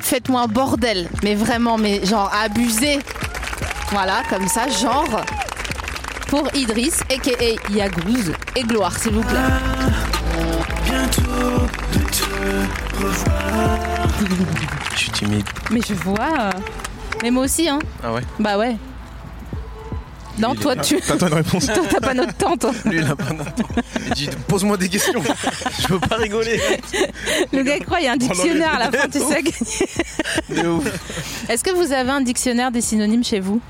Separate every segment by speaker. Speaker 1: Faites-moi un bordel, mais vraiment, mais genre abusé. Voilà, comme ça, genre. Pour Idriss, a.k.a. Yagouze, et gloire, s'il vous plaît.
Speaker 2: Je suis timide.
Speaker 1: Mais je vois. euh, Mais moi aussi, hein.
Speaker 2: Ah ouais
Speaker 1: Bah ouais. Non,
Speaker 2: Il est
Speaker 1: toi,
Speaker 2: là.
Speaker 1: tu.
Speaker 2: T'as toi une réponse
Speaker 1: Toi, t'as pas notre temps, toi.
Speaker 2: Lui, il a pas d'intention. Il dit Pose-moi des questions. Je veux pas rigoler.
Speaker 1: Le gars croit, il y a un
Speaker 2: Pendant
Speaker 1: dictionnaire à la
Speaker 2: les
Speaker 1: fin, tu sais.
Speaker 2: De ouf.
Speaker 1: Est-ce que vous avez un dictionnaire des synonymes chez vous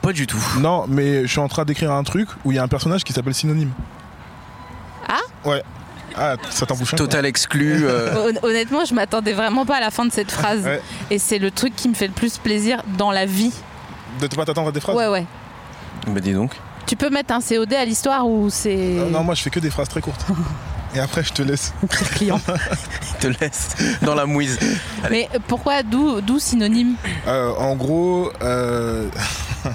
Speaker 2: Pas du tout.
Speaker 3: Non, mais je suis en train d'écrire un truc où il y a un personnage qui s'appelle Synonyme.
Speaker 1: Ah
Speaker 3: Ouais. Ah, ça t'en bouche un,
Speaker 2: Total exclu. euh,
Speaker 1: Hon- Honnêtement, je m'attendais vraiment pas à la fin de cette phrase.
Speaker 3: Ouais.
Speaker 1: Et c'est le truc qui me fait le plus plaisir dans la vie.
Speaker 3: quoi. De pas t'attendre à des phrases
Speaker 1: Ouais, ouais.
Speaker 2: Bah dis donc.
Speaker 1: Tu peux mettre un COD à l'histoire ou c'est
Speaker 3: Euh, Non, moi je fais que des phrases très courtes. Et après, je te laisse.
Speaker 1: très client.
Speaker 2: Il te laisse dans la mouise.
Speaker 1: Mais euh, pourquoi d'où d'où synonyme
Speaker 3: Euh, en gros, euh,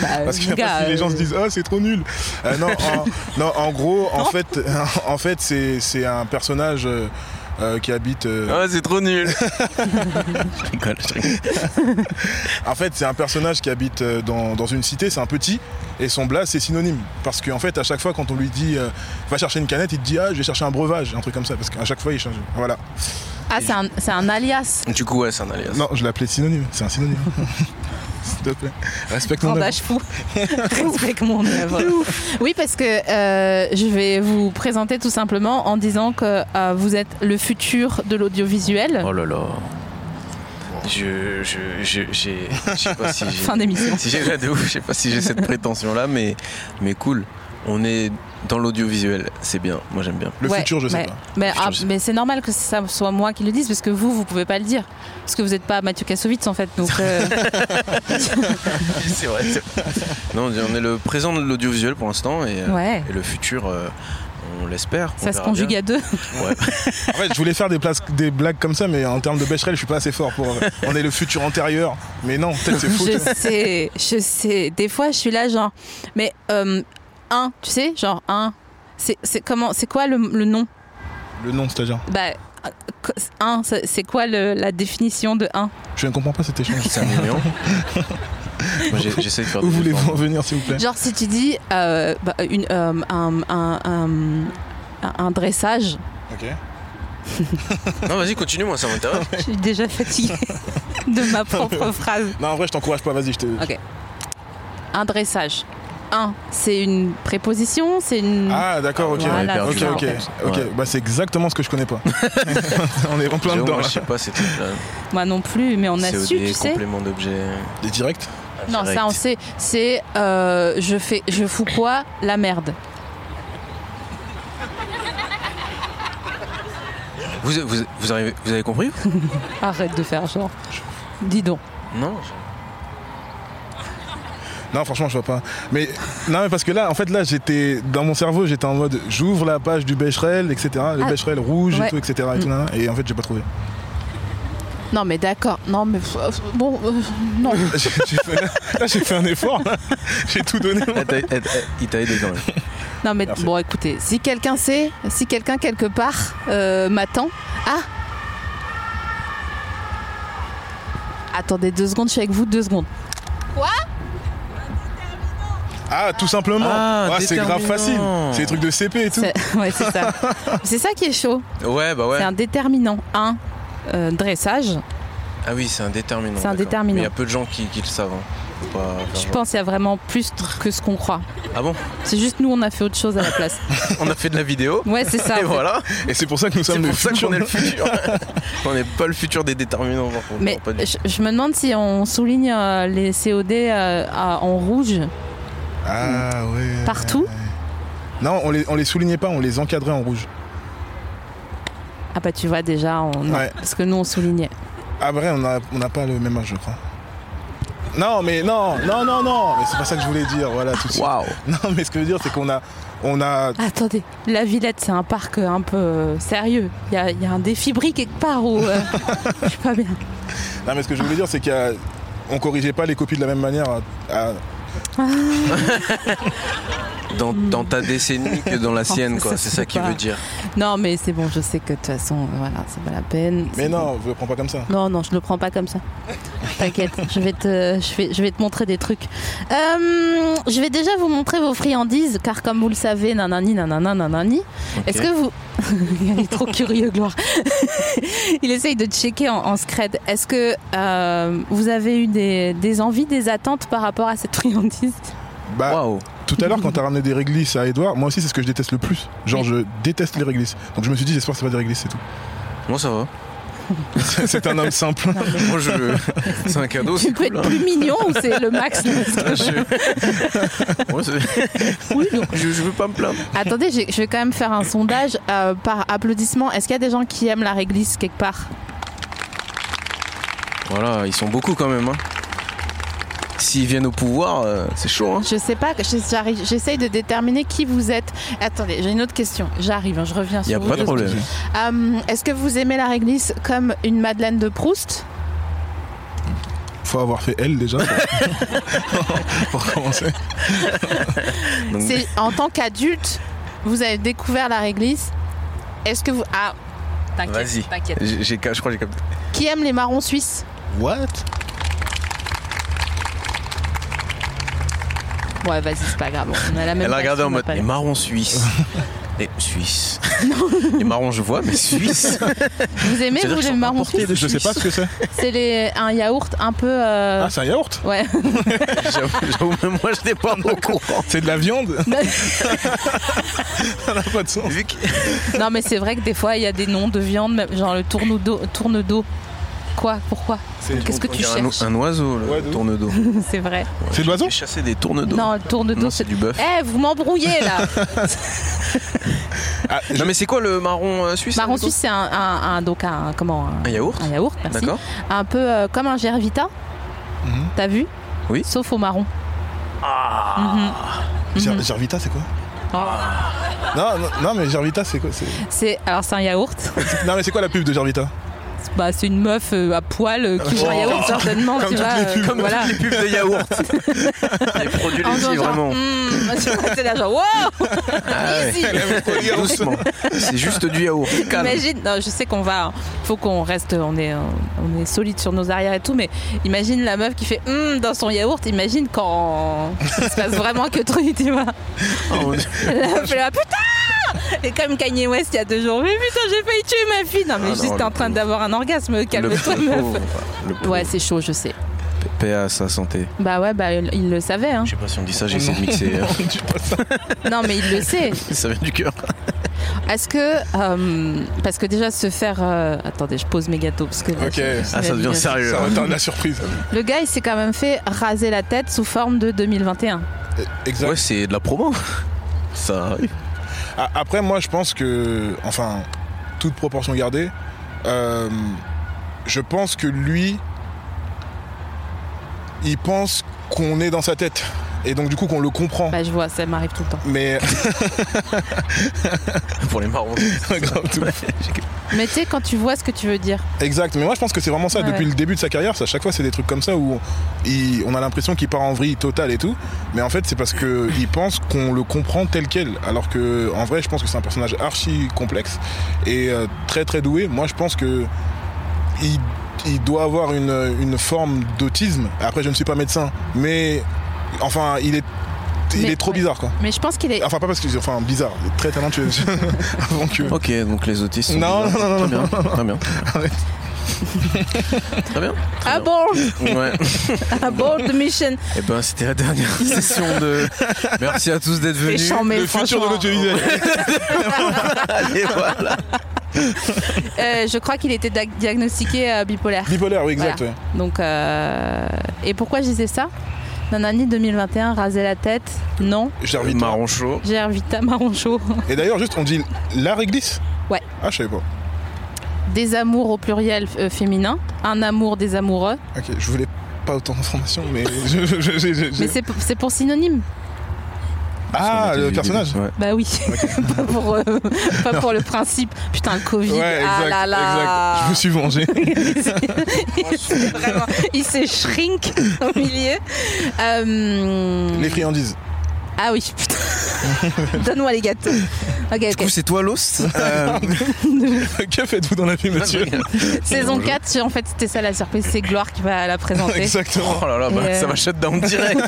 Speaker 1: Bah,
Speaker 3: parce que je sais
Speaker 1: gars,
Speaker 3: pas si les gens
Speaker 1: euh,
Speaker 3: se disent oh c'est trop nul. Euh, non, en, non, en gros, en fait, en fait, c'est c'est un personnage euh, euh, qui habite. euh,
Speaker 2: Ah, c'est trop nul. je rigole, je rigole.
Speaker 3: En fait, c'est un personnage qui habite euh, dans, dans une cité, c'est un petit, et son blase, c'est synonyme. Parce qu'en fait, à chaque fois, quand on lui dit euh, va chercher une canette, il te dit ah, je vais chercher un breuvage, un truc comme ça, parce qu'à chaque fois, il change. Voilà.
Speaker 1: Ah, c'est un, c'est un alias.
Speaker 2: Du coup, ouais, c'est un alias.
Speaker 3: Non, je l'appelais synonyme, c'est un synonyme. S'il te plaît. Respecte mon œuvre.
Speaker 1: Bandage fou. Respecte mon œuvre. Oui, parce que euh, je vais vous présenter tout simplement en disant que euh, vous êtes le futur de l'audiovisuel.
Speaker 2: Oh là là. Je. Je. Je. j'ai- Je sais pas si j'ai.
Speaker 1: Fin d'émission.
Speaker 2: Si j'ai ouais, de ouf, je sais pas si j'ai cette prétention là, mais, mais cool. On est dans l'audiovisuel, c'est bien. Moi j'aime bien.
Speaker 3: Le
Speaker 1: Ouais,
Speaker 3: futur, je sais
Speaker 1: mais,
Speaker 3: pas.
Speaker 1: Mais,
Speaker 2: futur,
Speaker 1: ah,
Speaker 2: je sais
Speaker 1: mais c'est normal que ça soit moi qui le dise parce que vous, vous pouvez pas le dire. Parce que vous n'êtes pas Mathieu Kassovitz en fait. Donc, euh,
Speaker 2: c'est vrai. c'est vrai. Non, on dit- on est le présent de l'audiovisuel pour l'instant et, euh,
Speaker 1: ouais,
Speaker 2: et le futur, euh, on l'espère. on
Speaker 1: ça se
Speaker 2: verra
Speaker 1: conjugue
Speaker 2: bien.
Speaker 1: à deux.
Speaker 2: Ouais.
Speaker 3: En fait, je voulais faire des, places- des blagues comme ça, mais en termes de Becherel, je suis pas assez fort pour. euh, On est le futur antérieur. Mais non, peut-être c'est faux. tu
Speaker 1: je
Speaker 3: vois.
Speaker 1: sais, je sais. Des fois, je suis là, genre, mais euh, un, tu sais, genre un. C'est c'est comment, c'est quoi le, le nom
Speaker 3: Le nom, c'est-à-dire.
Speaker 1: Bah, un, c'est c'est quoi le- la définition de un
Speaker 3: Je ne comprends pas cet échange.
Speaker 2: C'est un mignon. Moi j'ai- j'essaie de faire
Speaker 3: Où
Speaker 2: des
Speaker 3: voulez-vous en
Speaker 2: efforts.
Speaker 3: venir, s'il vous plaît
Speaker 1: Genre, si tu dis euh, bah, une, euh, un, un- un- un dressage,
Speaker 3: Ok.
Speaker 2: Non, vas-y, continue, moi ça m'intéresse.
Speaker 1: je suis déjà fatiguée de ma propre phrase.
Speaker 3: Non, en vrai, je t'encourage pas, vas-y, je te.
Speaker 1: Ok. Un dressage. Un, c'est une préposition, c'est une.
Speaker 3: Ah d'accord, ok.
Speaker 1: Voilà,
Speaker 2: J'avais
Speaker 3: ok,
Speaker 2: perdu,
Speaker 3: ok,
Speaker 2: ouais.
Speaker 3: ok.
Speaker 2: Ouais.
Speaker 3: Bah c'est exactement ce que je connais pas. on est en plein
Speaker 2: J'avoue,
Speaker 3: dedans.
Speaker 2: moi,
Speaker 3: là.
Speaker 2: je sais pas, c'était
Speaker 1: Moi non plus, mais on a su,
Speaker 2: COD,
Speaker 1: tu sais.
Speaker 2: complément d'objet.
Speaker 3: Des directs
Speaker 1: Non, ça on
Speaker 2: indirect.
Speaker 1: sait. C'est euh, je fais, je fous quoi La merde.
Speaker 2: Vous, vous, vous, arrivez- vous avez compris
Speaker 1: Arrête de faire genre. Dis donc.
Speaker 2: Non
Speaker 3: Non, franchement, je vois pas. Mais non, mais parce que là, en fait, là, j'étais dans mon cerveau, j'étais en mode, j'ouvre la page du Becherel, etc. Le
Speaker 1: Ah.
Speaker 3: Becherel rouge
Speaker 1: Ouais. Mm.
Speaker 3: et tout, etc. Et, tout, nan, nan, et en fait, j'ai pas trouvé.
Speaker 1: Non mais d'accord. Non mais euh, bon euh, non.
Speaker 3: J'ai- j'ai fait- là, j'ai fait un effort. là. J'ai tout donné.
Speaker 2: Elle t'a- elle- elle- Il t'a aidé quand même.
Speaker 1: Non mais
Speaker 3: Merci.
Speaker 1: bon écoutez, si quelqu'un sait, si quelqu'un quelque part euh, m'attend. Ah. Attendez deux secondes, je suis avec vous deux secondes.
Speaker 3: Ah, tout simplement.
Speaker 2: Ah,
Speaker 3: c'est grave
Speaker 2: déterminant.
Speaker 3: facile. C'est des trucs de CP et tout.
Speaker 1: C'est- Ouais c'est ça. c'est ça qui est chaud.
Speaker 2: Ouais, bah ouais.
Speaker 1: C'est un déterminant. Un euh, dressage.
Speaker 2: Ah oui, c'est un déterminant.
Speaker 1: C'est un
Speaker 2: d'accord.
Speaker 1: déterminant.
Speaker 2: Mais Il y a peu de gens qui, qui le savent. hein. Faut pas faire
Speaker 1: Je
Speaker 2: genre.
Speaker 1: pense qu'il y a vraiment plus que ce qu'on croit.
Speaker 2: Ah bon
Speaker 1: C'est juste nous on a fait autre chose à la place.
Speaker 2: On a fait de la vidéo.
Speaker 1: Ouais c'est ça. en
Speaker 2: Et
Speaker 1: fait.
Speaker 2: voilà.
Speaker 3: Et c'est pour ça que nous
Speaker 2: C'est
Speaker 3: sommes le
Speaker 2: pour ça
Speaker 3: futur.
Speaker 2: qu'on est le futur. on n'est pas le futur des déterminants. par contre.
Speaker 1: Mais
Speaker 2: Pas du-
Speaker 1: je, je me demande si on souligne euh, les COD euh, à- en rouge.
Speaker 3: Ah ouais.
Speaker 1: Partout
Speaker 3: Non, on les, on les soulignait pas, on les encadrait en rouge.
Speaker 1: Ah bah tu vois déjà, on...
Speaker 3: Ouais.
Speaker 1: parce que nous on soulignait.
Speaker 3: Ah vrai, on n'a on n'a pas le même âge, je crois. Non, mais non, non, non, non, mais c'est pas ça que je voulais dire, voilà, tout de suite.
Speaker 2: Waouh
Speaker 3: Non, mais ce que je veux dire, c'est qu'on a, on a,
Speaker 1: Attendez, la Villette c'est un parc euh, un peu euh, sérieux. Il y a, il y a un défibri quelque part où... euh, Je sais pas bien.
Speaker 3: non, mais ce que je voulais dire, c'est qu'il y a- on corrigeait pas les copies de la même manière. à- à-
Speaker 2: dans, dans ta décennie que dans la sienne, quoi.
Speaker 1: Ça
Speaker 2: C'est
Speaker 1: se
Speaker 2: ça
Speaker 1: fait
Speaker 2: qu'il
Speaker 1: pas.
Speaker 2: veut dire.
Speaker 1: Non mais c'est bon, je sais que de toute façon, euh, voilà, c'est pas la peine.
Speaker 3: Mais non, je le prends pas comme ça.
Speaker 1: Non, non, je ne le prends pas comme ça. T'inquiète, je, vais te- je, vais, je vais te montrer des trucs. Euh, je vais déjà vous montrer vos friandises, car comme vous le savez, nanani, nanana, nanani. Est-ce que vous. Il est trop curieux, Gloire. Il essaye de checker en, en scred. Est-ce que euh, vous avez eu des, des envies, des attentes par rapport à cette friandise
Speaker 3: Bah,
Speaker 2: Waouh
Speaker 3: tout à l'heure, quand t'as ramené des réglisses à Edouard, moi aussi, c'est ce que je déteste le plus. Genre, je déteste les réglisses. Donc, je me suis dit, j'espère que c'est pas des réglisses, c'est tout.
Speaker 2: Moi, ça va.
Speaker 3: c'est un homme simple.
Speaker 2: Moi, je. C'est un cadeau,
Speaker 1: Tu
Speaker 2: c'est
Speaker 1: peux
Speaker 2: cool.
Speaker 1: être
Speaker 2: hein.
Speaker 1: plus mignon ou c'est le max
Speaker 2: Je- Moi, c'est-
Speaker 1: Oui, non.
Speaker 2: je, je veux pas me plaindre.
Speaker 1: Attendez, j'ai- je vais quand même faire un sondage euh, par applaudissement. Est-ce qu'il y a des gens qui aiment la réglisse quelque part
Speaker 2: Voilà, ils sont beaucoup quand même. Hein. S'ils viennent au pouvoir, euh, c'est chaud. Hein.
Speaker 1: Je sais pas, je- j'arrive- j'essaye de déterminer qui vous êtes. Attendez, j'ai une autre question. J'arrive, hein, je reviens sur
Speaker 2: Y a
Speaker 1: vous
Speaker 2: pas de
Speaker 1: deux
Speaker 2: problème.
Speaker 1: secondes. Euh, Est-ce que vous aimez la réglisse comme une Madeleine de Proust
Speaker 3: Faut avoir fait elle déjà. pour- pour commencer.
Speaker 2: Donc,
Speaker 1: C'est en tant qu'adulte, vous avez découvert la réglisse. Est-ce que vous ah
Speaker 2: Vas-y.
Speaker 1: t'inquiète, t'inquiète.
Speaker 2: j'ai- j'ai ca- je crois que j'ai capté.
Speaker 1: Qui aime les marrons suisses
Speaker 3: What
Speaker 1: Ouais, vas-y, c'est pas grave. On a la même
Speaker 2: Elle a regardé
Speaker 1: réaction,
Speaker 2: en
Speaker 1: on a
Speaker 2: mode
Speaker 1: pas
Speaker 2: les
Speaker 1: la-
Speaker 2: marrons suisses. Les suisses. les marrons, je vois, mais suisses.
Speaker 1: Vous aimez
Speaker 2: C'est-à-dire
Speaker 1: vous les
Speaker 2: qu'ils sont
Speaker 1: marrons
Speaker 2: importés
Speaker 1: suisses
Speaker 2: de
Speaker 3: Je sais pas ce que c'est.
Speaker 1: C'est les- un yaourt un peu euh,
Speaker 3: Ah, c'est un yaourt
Speaker 1: ouais.
Speaker 2: J'avoue, j'avoue, même moi, je n'ai pas au courant.
Speaker 3: C'est de la viande Ça n'a pas de sens.
Speaker 2: Vu que-
Speaker 1: Non, mais c'est vrai que des fois, il y a des noms de viande, même- genre le tourne d'eau. Tourne d'eau. Quoi Pourquoi
Speaker 3: C'est
Speaker 1: Qu'est-ce que tu
Speaker 2: Il y a un,
Speaker 1: cherches
Speaker 2: un oiseau, le
Speaker 3: Ouais, de ouf.
Speaker 2: tourne d'eau.
Speaker 1: C'est vrai.
Speaker 3: C'est de l'oiseau
Speaker 2: Chasser des tournes d'eau.
Speaker 1: Non, le tourne
Speaker 2: Non,
Speaker 1: d'eau,
Speaker 2: c'est
Speaker 1: c'est.
Speaker 2: du bœuf.
Speaker 1: Eh, vous m'embrouillez là
Speaker 3: Ah, je-
Speaker 2: Non, mais c'est quoi le marron euh, suisse
Speaker 1: Eh, Marron
Speaker 2: du coup
Speaker 1: Bah, suisse, c'est un, un- un- donc un comment un,
Speaker 2: Un yaourt
Speaker 1: un yaourt, merci.
Speaker 2: D'accord.
Speaker 1: Un peu euh, comme un gervita.
Speaker 3: Mhm.
Speaker 1: T'as vu
Speaker 2: Oui.
Speaker 1: Sauf au marron. Mhm.
Speaker 3: Ger- Gervita, c'est quoi
Speaker 1: Oh.
Speaker 3: non, non, non, mais Gervita, c'est quoi c'est-
Speaker 1: C'est alors c'est un yaourt.
Speaker 3: Non, mais c'est quoi la pub de Gervita
Speaker 1: Bah c'est une meuf euh, à poil euh, qui mange un
Speaker 2: Oh.
Speaker 1: yaourt certainement.
Speaker 3: Comme
Speaker 1: tu
Speaker 3: toutes
Speaker 1: vois,
Speaker 3: les pubs.
Speaker 1: euh, voilà.
Speaker 2: Les pubs de yaourt. les produits
Speaker 1: En faisant
Speaker 2: laitiers,
Speaker 1: genre,
Speaker 2: vraiment. Ah
Speaker 1: hmm, tu vois, c'est là genre wow Easy.
Speaker 2: Doucement. C'est juste du yaourt. Calme.
Speaker 1: Imagine, non, je sais qu'on va, hein. faut qu'on reste, on est, euh, on est solide sur nos arrières et tout, mais imagine la meuf qui fait hum dans son yaourt, imagine quand il se passe vraiment que truc, tu vois.
Speaker 2: Oh, mon Dieu.
Speaker 1: La meuf, elle est là, putain Et comme Kanye West il y a deux jours, mais putain, j'ai failli tuer ma fille. Non, mais
Speaker 2: Ah non,
Speaker 1: juste t'es en
Speaker 2: le
Speaker 1: train
Speaker 2: pauvre.
Speaker 1: d'avoir un orgasme,
Speaker 2: Le
Speaker 1: calme-toi,
Speaker 2: pauvre,
Speaker 1: meuf.
Speaker 2: enfin, le pauvre.
Speaker 1: Ouais, c'est chaud, je sais.
Speaker 2: Paix à sa santé.
Speaker 1: Bah ouais, bah il, il le savait, hein.
Speaker 2: Je sais pas si on dit ça, j'essaie de mixer. euh,
Speaker 1: Non, mais il le sait.
Speaker 2: ça vient du cœur.
Speaker 1: Est-ce que. euh, parce que déjà, se faire. euh, attendez, je pose mes gâteaux. Parce que là,
Speaker 3: Ok.
Speaker 1: je- je-
Speaker 2: Ah, ça devient sérieux.
Speaker 3: Ça
Speaker 2: hein.
Speaker 3: retarde la surprise.
Speaker 1: Le gars, il s'est quand même fait raser la tête sous forme de 2021.
Speaker 3: Eh, Exact.
Speaker 2: Ouais, c'est de la promo. Ça arrive.
Speaker 3: A- Après, moi, je pense que, enfin, toute proportion gardée, euh, je pense que lui, il pense qu'on est dans sa tête. Et donc, du coup, qu'on le comprend.
Speaker 1: Bah, je vois, ça m'arrive tout le temps.
Speaker 3: Mais
Speaker 2: Pour les marrons.
Speaker 3: Grave tout.
Speaker 1: Mais tu sais, quand tu vois ce que tu veux dire.
Speaker 3: exact. Mais moi, je pense que c'est vraiment ça
Speaker 1: Ouais,
Speaker 3: depuis
Speaker 1: ouais.
Speaker 3: le début de sa carrière. Ça, à chaque fois, c'est des trucs comme ça où il- on a l'impression qu'il part en vrille totale et tout. Mais en fait, c'est parce que il pense qu'on le comprend tel quel. Alors que, en vrai, je pense que c'est un personnage archi complexe et euh, très très doué. Moi, je pense que il, il doit avoir une, une forme d'autisme. Après, je ne suis pas médecin, mais enfin, il est il
Speaker 1: Mais-
Speaker 3: est trop
Speaker 1: ouais.
Speaker 3: bizarre quoi.
Speaker 1: Mais je pense qu'il est.
Speaker 3: Enfin pas parce que enfin bizarre, il est très talentueux. Avant que
Speaker 2: Ok, donc les autistes sont.
Speaker 3: Non,
Speaker 2: bizarres.
Speaker 3: non, non, non,
Speaker 2: Très bien. Très bien. Très bien.
Speaker 1: Abort
Speaker 2: Très bien. Ouais.
Speaker 1: Abort the mission
Speaker 2: Et ben, c'était la dernière session de. Merci à tous d'être
Speaker 1: C'est
Speaker 2: venus.
Speaker 1: chiant, mais
Speaker 3: le futur de
Speaker 1: franchement,
Speaker 3: l'audiovisuel.
Speaker 2: Allez, voilà.
Speaker 1: euh, je crois qu'il était da- diagnostiqué euh, bipolaire.
Speaker 3: Bipolaire, oui, exact.
Speaker 1: Voilà. Donc, euh, et pourquoi je disais ça Nanani 2021, raser la tête, non.
Speaker 3: ouais. Gervita.
Speaker 2: Marron chaud.
Speaker 1: J'ai Vita marron chaud.
Speaker 3: Et d'ailleurs, juste, on dit la réglisse
Speaker 1: Ouais.
Speaker 3: Ah, je savais pas.
Speaker 1: des amours au pluriel euh, féminin, un amour des amoureux.
Speaker 3: Ok, je voulais pas autant d'informations, mais. je- je- je- je- je-
Speaker 1: Mais c'est pour- c'est pour synonyme.
Speaker 3: Ah, le personnage
Speaker 2: Ouais.
Speaker 1: Bah oui, pas pour, euh, pas pour le principe. Putain, le Covid.
Speaker 3: Ouais, exact,
Speaker 1: ah là là.
Speaker 3: exact. Je me suis vengé.
Speaker 1: Vraiment, il s'est shrink au milieu. Euh,
Speaker 3: Les friandises.
Speaker 1: Ah oui, putain. Donne-moi les gâteaux. Ok,
Speaker 2: Du
Speaker 1: ok.
Speaker 2: coup, c'est toi, Lost Euh,
Speaker 3: que faites-vous dans la vie, monsieur
Speaker 1: Saison
Speaker 2: Bonjour.
Speaker 1: 4, en fait, c'était ça la surprise. C'est Gloire qui va la présenter.
Speaker 3: Exactement.
Speaker 2: Oh là là, bah,
Speaker 1: Et, euh,
Speaker 2: ça va shut down direct.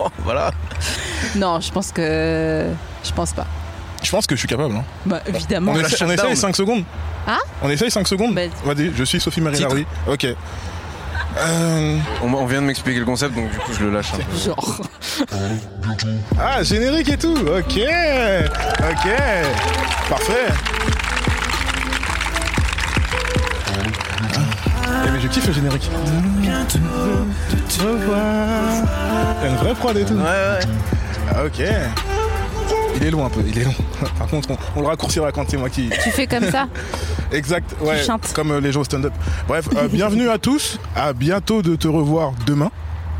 Speaker 2: Oh, voilà.
Speaker 1: non, je pense que. Je pense pas.
Speaker 3: Je pense que je suis capable. hein.
Speaker 1: Bah, évidemment.
Speaker 3: On,
Speaker 2: la
Speaker 3: essaie, on
Speaker 2: shutdown.
Speaker 3: essaye 5 secondes
Speaker 1: Hein
Speaker 3: On essaye 5 secondes
Speaker 1: Vas-y.
Speaker 3: Vas-y, je suis Sophie Marie
Speaker 2: Titre.
Speaker 3: Larry. Ok. Euh,
Speaker 2: On, m'a- on vient de m'expliquer le concept, donc du coup, je le lâche. un peu.
Speaker 1: Genre.
Speaker 3: Ah, générique et tout Ok Ok Parfait Eh mais je kiffe le générique. Il y a une vraie prod et tout.
Speaker 2: Ouais, ouais.
Speaker 3: Ah, ok. Il est long un peu, il est long. Par contre, on, on le raccourcira quand c'est moi qui.
Speaker 1: Tu fais comme ça.
Speaker 3: Exact, ouais.
Speaker 1: chantes.
Speaker 3: Comme euh, les gens au stand-up. Bref, euh, bienvenue à tous. À bientôt de te revoir demain.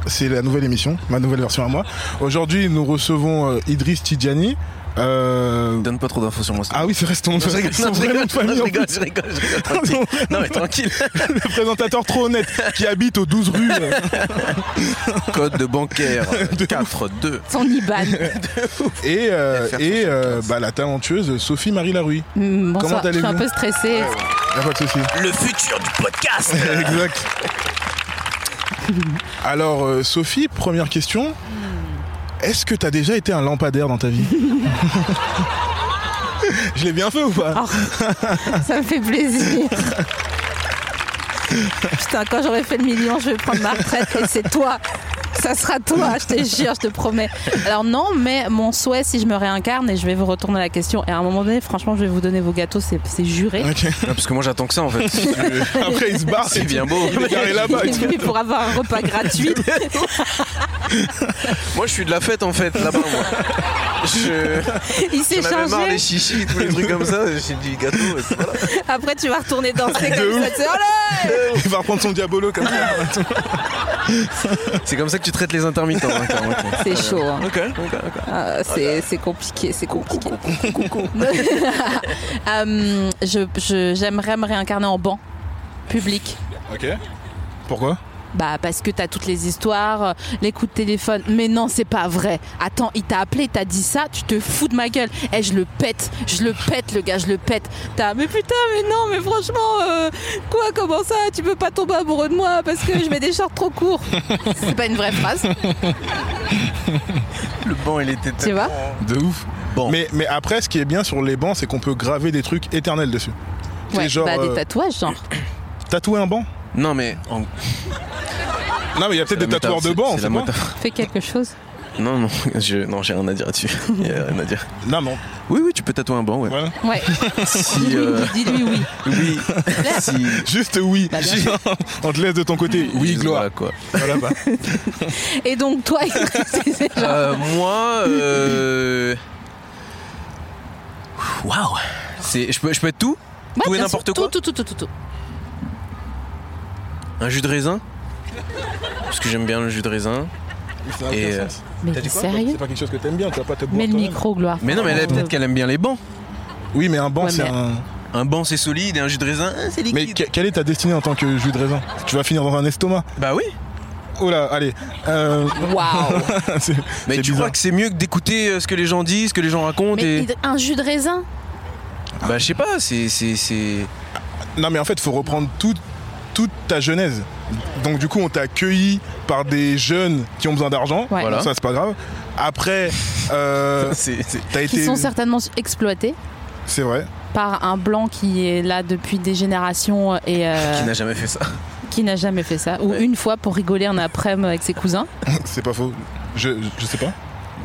Speaker 3: C'est la nouvelle émission, ma nouvelle version à moi. Aujourd'hui, nous recevons euh, Idriss Tidjani. Euh,
Speaker 2: Donne pas trop d'infos sur moi. c'est-
Speaker 3: Ah oui, c'est vrai, c'est ton,
Speaker 2: Non, je rigole,
Speaker 3: son
Speaker 2: non, je
Speaker 3: vrai nom
Speaker 2: rigole,
Speaker 3: de famille,
Speaker 2: je
Speaker 3: en
Speaker 2: rigole,
Speaker 3: plus.
Speaker 2: je rigole, je rigole, tranquille.
Speaker 3: Non.
Speaker 2: Non, mais tranquille.
Speaker 3: Le présentateur trop honnête qui habite aux 12 rues. euh,
Speaker 2: Code de bancaire 4-2.
Speaker 1: Ton Iban.
Speaker 3: et euh,
Speaker 2: Faire
Speaker 3: et euh, bah, la talentueuse Sophie-Marie Larue.
Speaker 1: Mm,
Speaker 3: Comment
Speaker 1: Bonsoir. Je suis un
Speaker 3: allez-vous
Speaker 1: peu stressée.
Speaker 3: Y a pas de souci.
Speaker 2: Le futur du podcast.
Speaker 3: exact. Alors, euh, Sophie, première question. Est-ce que t'as déjà été un lampadaire dans ta vie Je l'ai bien fait ou pas
Speaker 1: Oh, ça me fait plaisir. Putain, quand j'aurai fait le million, je vais prendre ma retraite et c'est toi. Ça sera toi, je te jure, je te promets. Alors non, mais mon souhait, si je me réincarne, et je vais vous retourner la question, et à un moment donné, franchement, je vais vous donner vos gâteaux, c'est c'est juré.
Speaker 3: Ok.
Speaker 2: parce que moi, j'attends que ça, en fait.
Speaker 3: Après, il se barre.
Speaker 2: C'est bien beau.
Speaker 3: Il est garé là-bas. et tout.
Speaker 1: Et pour avoir un repas gratuit.
Speaker 2: Moi, je suis de la fête, en fait, là-bas, moi. Je...
Speaker 1: Il s'est
Speaker 2: J'en avais marre
Speaker 1: changé.
Speaker 2: des chichis, tous les trucs comme ça. J'ai dit gâteau. et puis voilà.
Speaker 1: Après, tu vas retourner danser comme
Speaker 3: De
Speaker 1: ça.
Speaker 3: ouf.
Speaker 1: tu sais, Allez
Speaker 3: Il va reprendre son diabolo comme ça.
Speaker 2: C'est comme ça que tu traites les intermittents. hein, Clara, ok.
Speaker 1: C'est chaud. hein.
Speaker 2: Ok, ok, ok.
Speaker 1: Ah, c'est c'est compliqué, c'est compliqué. Euh, je- je- J'aimerais me réincarner en banc public.
Speaker 3: Ok. Pourquoi
Speaker 1: Bah parce que t'as toutes les histoires, euh, les coups de téléphone. Mais non, c'est pas vrai. Attends, il t'a appelé, t'as dit ça, tu te fous de ma gueule. Eh, je le pète, je le pète, le gars, je le pète. T'as, mais putain, mais non, mais franchement, euh, quoi, comment ça, tu peux pas tomber amoureux de moi parce que je mets des shorts trop courts. c'est pas une vraie phrase,
Speaker 2: Le banc, il était
Speaker 1: tu vois
Speaker 3: De ouf.
Speaker 2: Bon.
Speaker 3: Mais, mais après, ce qui est bien sur les bancs, c'est qu'on peut graver des trucs éternels dessus. C'est
Speaker 1: Ouais,
Speaker 3: genre
Speaker 1: bah,
Speaker 3: euh,
Speaker 1: des tatouages, genre.
Speaker 3: tatouer un banc
Speaker 2: Non, mais. en-
Speaker 3: Non, mais il y a peut-être
Speaker 2: la
Speaker 3: des tatoueurs
Speaker 2: métaphore,
Speaker 3: de banc,
Speaker 2: c'est-
Speaker 3: on
Speaker 2: c'est la
Speaker 3: sait pas.
Speaker 2: métaphore.
Speaker 1: Fais quelque chose.
Speaker 2: Non, non, je, non, j'ai rien à dire là-dessus. Il y a rien à dire.
Speaker 3: Non, non.
Speaker 2: Oui, oui, tu peux tatouer un banc, ouais.
Speaker 3: Voilà.
Speaker 1: Ouais.
Speaker 2: Si,
Speaker 1: Dis-lui,
Speaker 2: euh,
Speaker 1: dis-lui oui.
Speaker 2: oui, si.
Speaker 3: Juste oui.
Speaker 1: Bah, bien
Speaker 3: on te laisse de ton côté. Oui,
Speaker 2: Juste
Speaker 3: gloire.
Speaker 2: voilà, quoi.
Speaker 3: Voilà, bah.
Speaker 1: Et donc toi, c'est genre-
Speaker 2: Euh, moi, euh... waouh, c'est, je peux, je peux être tout,
Speaker 1: Ouais,
Speaker 2: tout et
Speaker 1: bien sûr,
Speaker 2: n'importe quoi.
Speaker 1: Tout, tout, tout, tout, tout.
Speaker 2: Un jus de raisin, parce que j'aime bien le jus de raisin.
Speaker 3: Ça n'a
Speaker 2: Et,
Speaker 3: aucun
Speaker 2: euh,
Speaker 3: sens.
Speaker 1: Mais
Speaker 3: T'as dit
Speaker 1: t'es
Speaker 3: quoi
Speaker 1: sérieux
Speaker 3: C'est pas quelque chose que t'aimes bien, tu vas pas te boire.
Speaker 1: Mets le
Speaker 3: toi-même.
Speaker 1: micro, Gloire.
Speaker 2: Mais non, mais elle,
Speaker 1: Franchement,
Speaker 2: peut-être qu'elle aime bien les bancs.
Speaker 3: Oui, mais un banc,
Speaker 1: Ouais,
Speaker 3: c'est
Speaker 1: mais- euh,
Speaker 3: un.
Speaker 2: Un banc, c'est solide, et un jus de raisin, ah, c'est
Speaker 3: Mais
Speaker 2: liquide.
Speaker 3: que- quelle est ta destinée en tant que jus de raisin Tu vas finir dans un estomac.
Speaker 2: Bah oui.
Speaker 3: Oh là, allez. Euh,
Speaker 1: Waouh
Speaker 3: c'est-
Speaker 2: Mais
Speaker 3: c'est
Speaker 2: tu
Speaker 3: bizarre.
Speaker 2: crois que c'est mieux que d'écouter euh, ce que les gens disent, ce que les gens racontent
Speaker 1: Mais
Speaker 2: et...
Speaker 1: un jus de raisin
Speaker 2: Bah je sais pas, c'est, c'est, c'est.
Speaker 3: Non, mais en fait, faut reprendre tout- toute ta genèse. Donc, du coup, on t'a accueilli par des jeunes qui ont besoin d'argent.
Speaker 1: Ouais.
Speaker 2: Voilà.
Speaker 3: Ça, c'est pas grave. Après, euh,
Speaker 2: c'est, c'est-
Speaker 3: t'as
Speaker 1: qui
Speaker 3: été.
Speaker 1: sont certainement exploités
Speaker 3: C'est vrai.
Speaker 1: par un blanc qui est là depuis des générations et euh,
Speaker 2: Qui n'a jamais fait ça.
Speaker 1: qui n'a jamais fait ça. Ou
Speaker 2: Ouais.
Speaker 1: une fois pour rigoler un après-midi avec ses cousins.
Speaker 3: C'est pas faux. Je, je sais pas.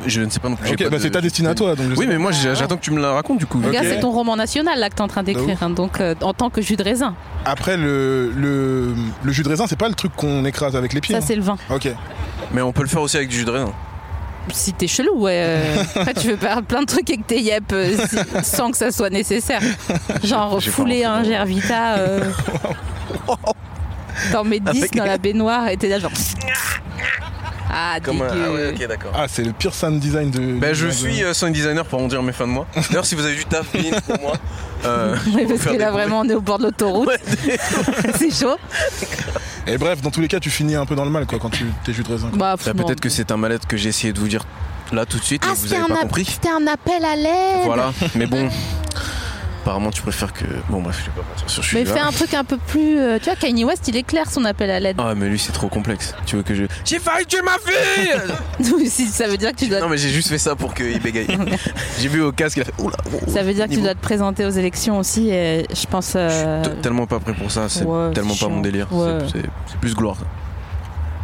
Speaker 2: Je ne sais pas non plus. j'ai
Speaker 3: Ok,
Speaker 2: pas
Speaker 3: bah,
Speaker 2: de-
Speaker 3: c'est ta destinée à toi. Donc je sais
Speaker 2: Oui, mais moi j'ai- j'attends que tu me la racontes du coup.
Speaker 3: Ok.
Speaker 1: Regarde, c'est ton roman national là que t'es en train d'écrire. hein, donc euh, en tant que jus de raisin.
Speaker 3: Après, le, le, le jus de raisin, c'est pas le truc qu'on écrase avec les pieds.
Speaker 1: Ça, c'est le vin.
Speaker 3: hein. Ok.
Speaker 2: Mais on peut le faire aussi avec du jus de raisin.
Speaker 1: si t'es chelou, ouais. euh, Après, tu veux faire plein de trucs avec tes yep euh, si- sans que ça soit nécessaire. Genre
Speaker 2: J'ai pas
Speaker 1: fouler
Speaker 2: pensé.
Speaker 1: un Gervita. euh, T'en mets 10
Speaker 2: Avec-
Speaker 1: dans la baignoire et t'es là genre. Ah,
Speaker 2: Comme un-
Speaker 1: dégueu.
Speaker 2: Ah ouais, ok, d'accord.
Speaker 3: Ah, c'est le pire sound design de.
Speaker 2: Bah,
Speaker 3: de-
Speaker 2: je
Speaker 3: de-
Speaker 2: suis euh, sound designer pour en dire mes fins de mois. D'ailleurs, si vous avez du taf Lynn, pour moi, euh,
Speaker 1: Ouais,
Speaker 2: pour
Speaker 1: parce
Speaker 2: faire
Speaker 1: que là,
Speaker 2: découvrir-
Speaker 1: vraiment, on est au bord de l'autoroute. c'est chaud. Bah,
Speaker 3: Et bref, dans tous les cas, tu finis un peu dans le mal quoi quand tu t'es jus de raisin. quoi.
Speaker 1: Bah,
Speaker 2: Bah,
Speaker 1: bon.
Speaker 2: Peut-être que c'est un mal-être que j'ai essayé de vous dire là tout de suite,
Speaker 1: Ah,
Speaker 2: mais vous
Speaker 1: c'était
Speaker 2: avez
Speaker 1: un,
Speaker 2: pas
Speaker 1: app-
Speaker 2: compris.
Speaker 1: c'était un appel à l'aide.
Speaker 2: Voilà, mais bon, apparemment, tu préfères que. Bon, bref, je vais pas mentir sur
Speaker 1: Mais
Speaker 2: celui-là.
Speaker 1: fais un truc un peu plus. euh, tu vois, Kanye West, il éclaire son appel à l'aide.
Speaker 2: Ah, mais lui, c'est trop complexe. Tu veux que je. J'ai failli tuer ma fille
Speaker 1: Oui, si, ça veut dire que tu dois.
Speaker 2: Ah. Non, mais j'ai juste fait ça pour qu'il bégaye. j'ai vu au casque, il a fait. Oula, oh,
Speaker 1: Ça veut dire que tu
Speaker 2: niveau.
Speaker 1: dois te présenter aux élections aussi. Et je pense.
Speaker 2: Je suis
Speaker 1: euh,
Speaker 2: totalement pas prêt pour ça, c'est
Speaker 1: ouais,
Speaker 2: tellement
Speaker 1: c'est
Speaker 2: pas mon
Speaker 1: chiant.
Speaker 2: délire.
Speaker 1: Ouais.
Speaker 2: C'est- C'est c'est plus gloire.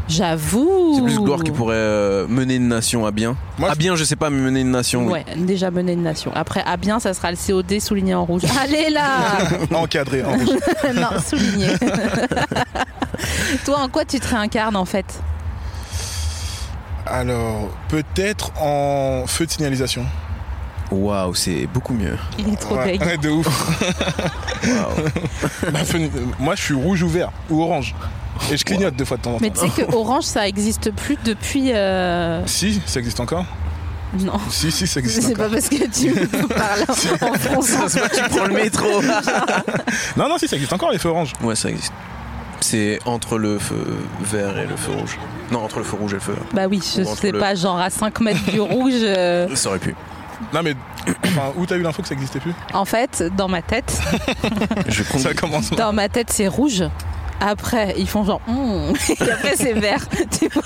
Speaker 1: J'avoue.
Speaker 2: C'est plus gloire qui pourrait euh, mener une nation à bien.
Speaker 3: Moi,
Speaker 2: à
Speaker 3: je-
Speaker 2: bien, je sais pas, mais mener une nation. oui.
Speaker 1: Ouais, déjà mener une nation. Après, à bien, ça sera le COD souligné en rouge. Allez là
Speaker 3: Encadré. hein. en rouge.
Speaker 1: Non, souligné. Toi, en quoi tu te réincarnes en fait
Speaker 3: Alors, peut-être en feu de signalisation.
Speaker 2: Waouh, c'est beaucoup mieux.
Speaker 1: Il est trop
Speaker 3: ouais,
Speaker 1: deg.
Speaker 3: ouais, de ouf.
Speaker 2: Waouh.
Speaker 3: Bah, feu- Moi, je suis rouge ou vert ou orange. Et je clignote deux fois de temps en temps.
Speaker 1: Mais tu sais que Orange, ça existe plus depuis. euh,
Speaker 3: Si, ça existe encore
Speaker 1: Non.
Speaker 3: Si, si, ça existe
Speaker 1: C'est
Speaker 3: encore.
Speaker 1: pas parce que tu me parles en en
Speaker 2: Ça
Speaker 1: fonçant.
Speaker 2: se voit que tu prends le métro.
Speaker 3: Non, non, si, ça existe encore les feux orange.
Speaker 2: ouais, ça existe. C'est entre le feu vert et le feu rouge. Non, entre le feu rouge et le feu vert.
Speaker 1: Bah oui, je
Speaker 2: Ou entre
Speaker 1: sais
Speaker 2: le-
Speaker 1: pas, genre à 5 mètres du rouge. euh,
Speaker 2: Ça aurait pu.
Speaker 3: Non, mais enfin, où t'as eu l'info que ça existait plus
Speaker 1: En fait, dans ma tête,
Speaker 2: Je compte.
Speaker 3: Ça commence.
Speaker 1: dans ma tête, c'est rouge. Après, ils font genre. hmm, Et après, c'est vert. Tu vois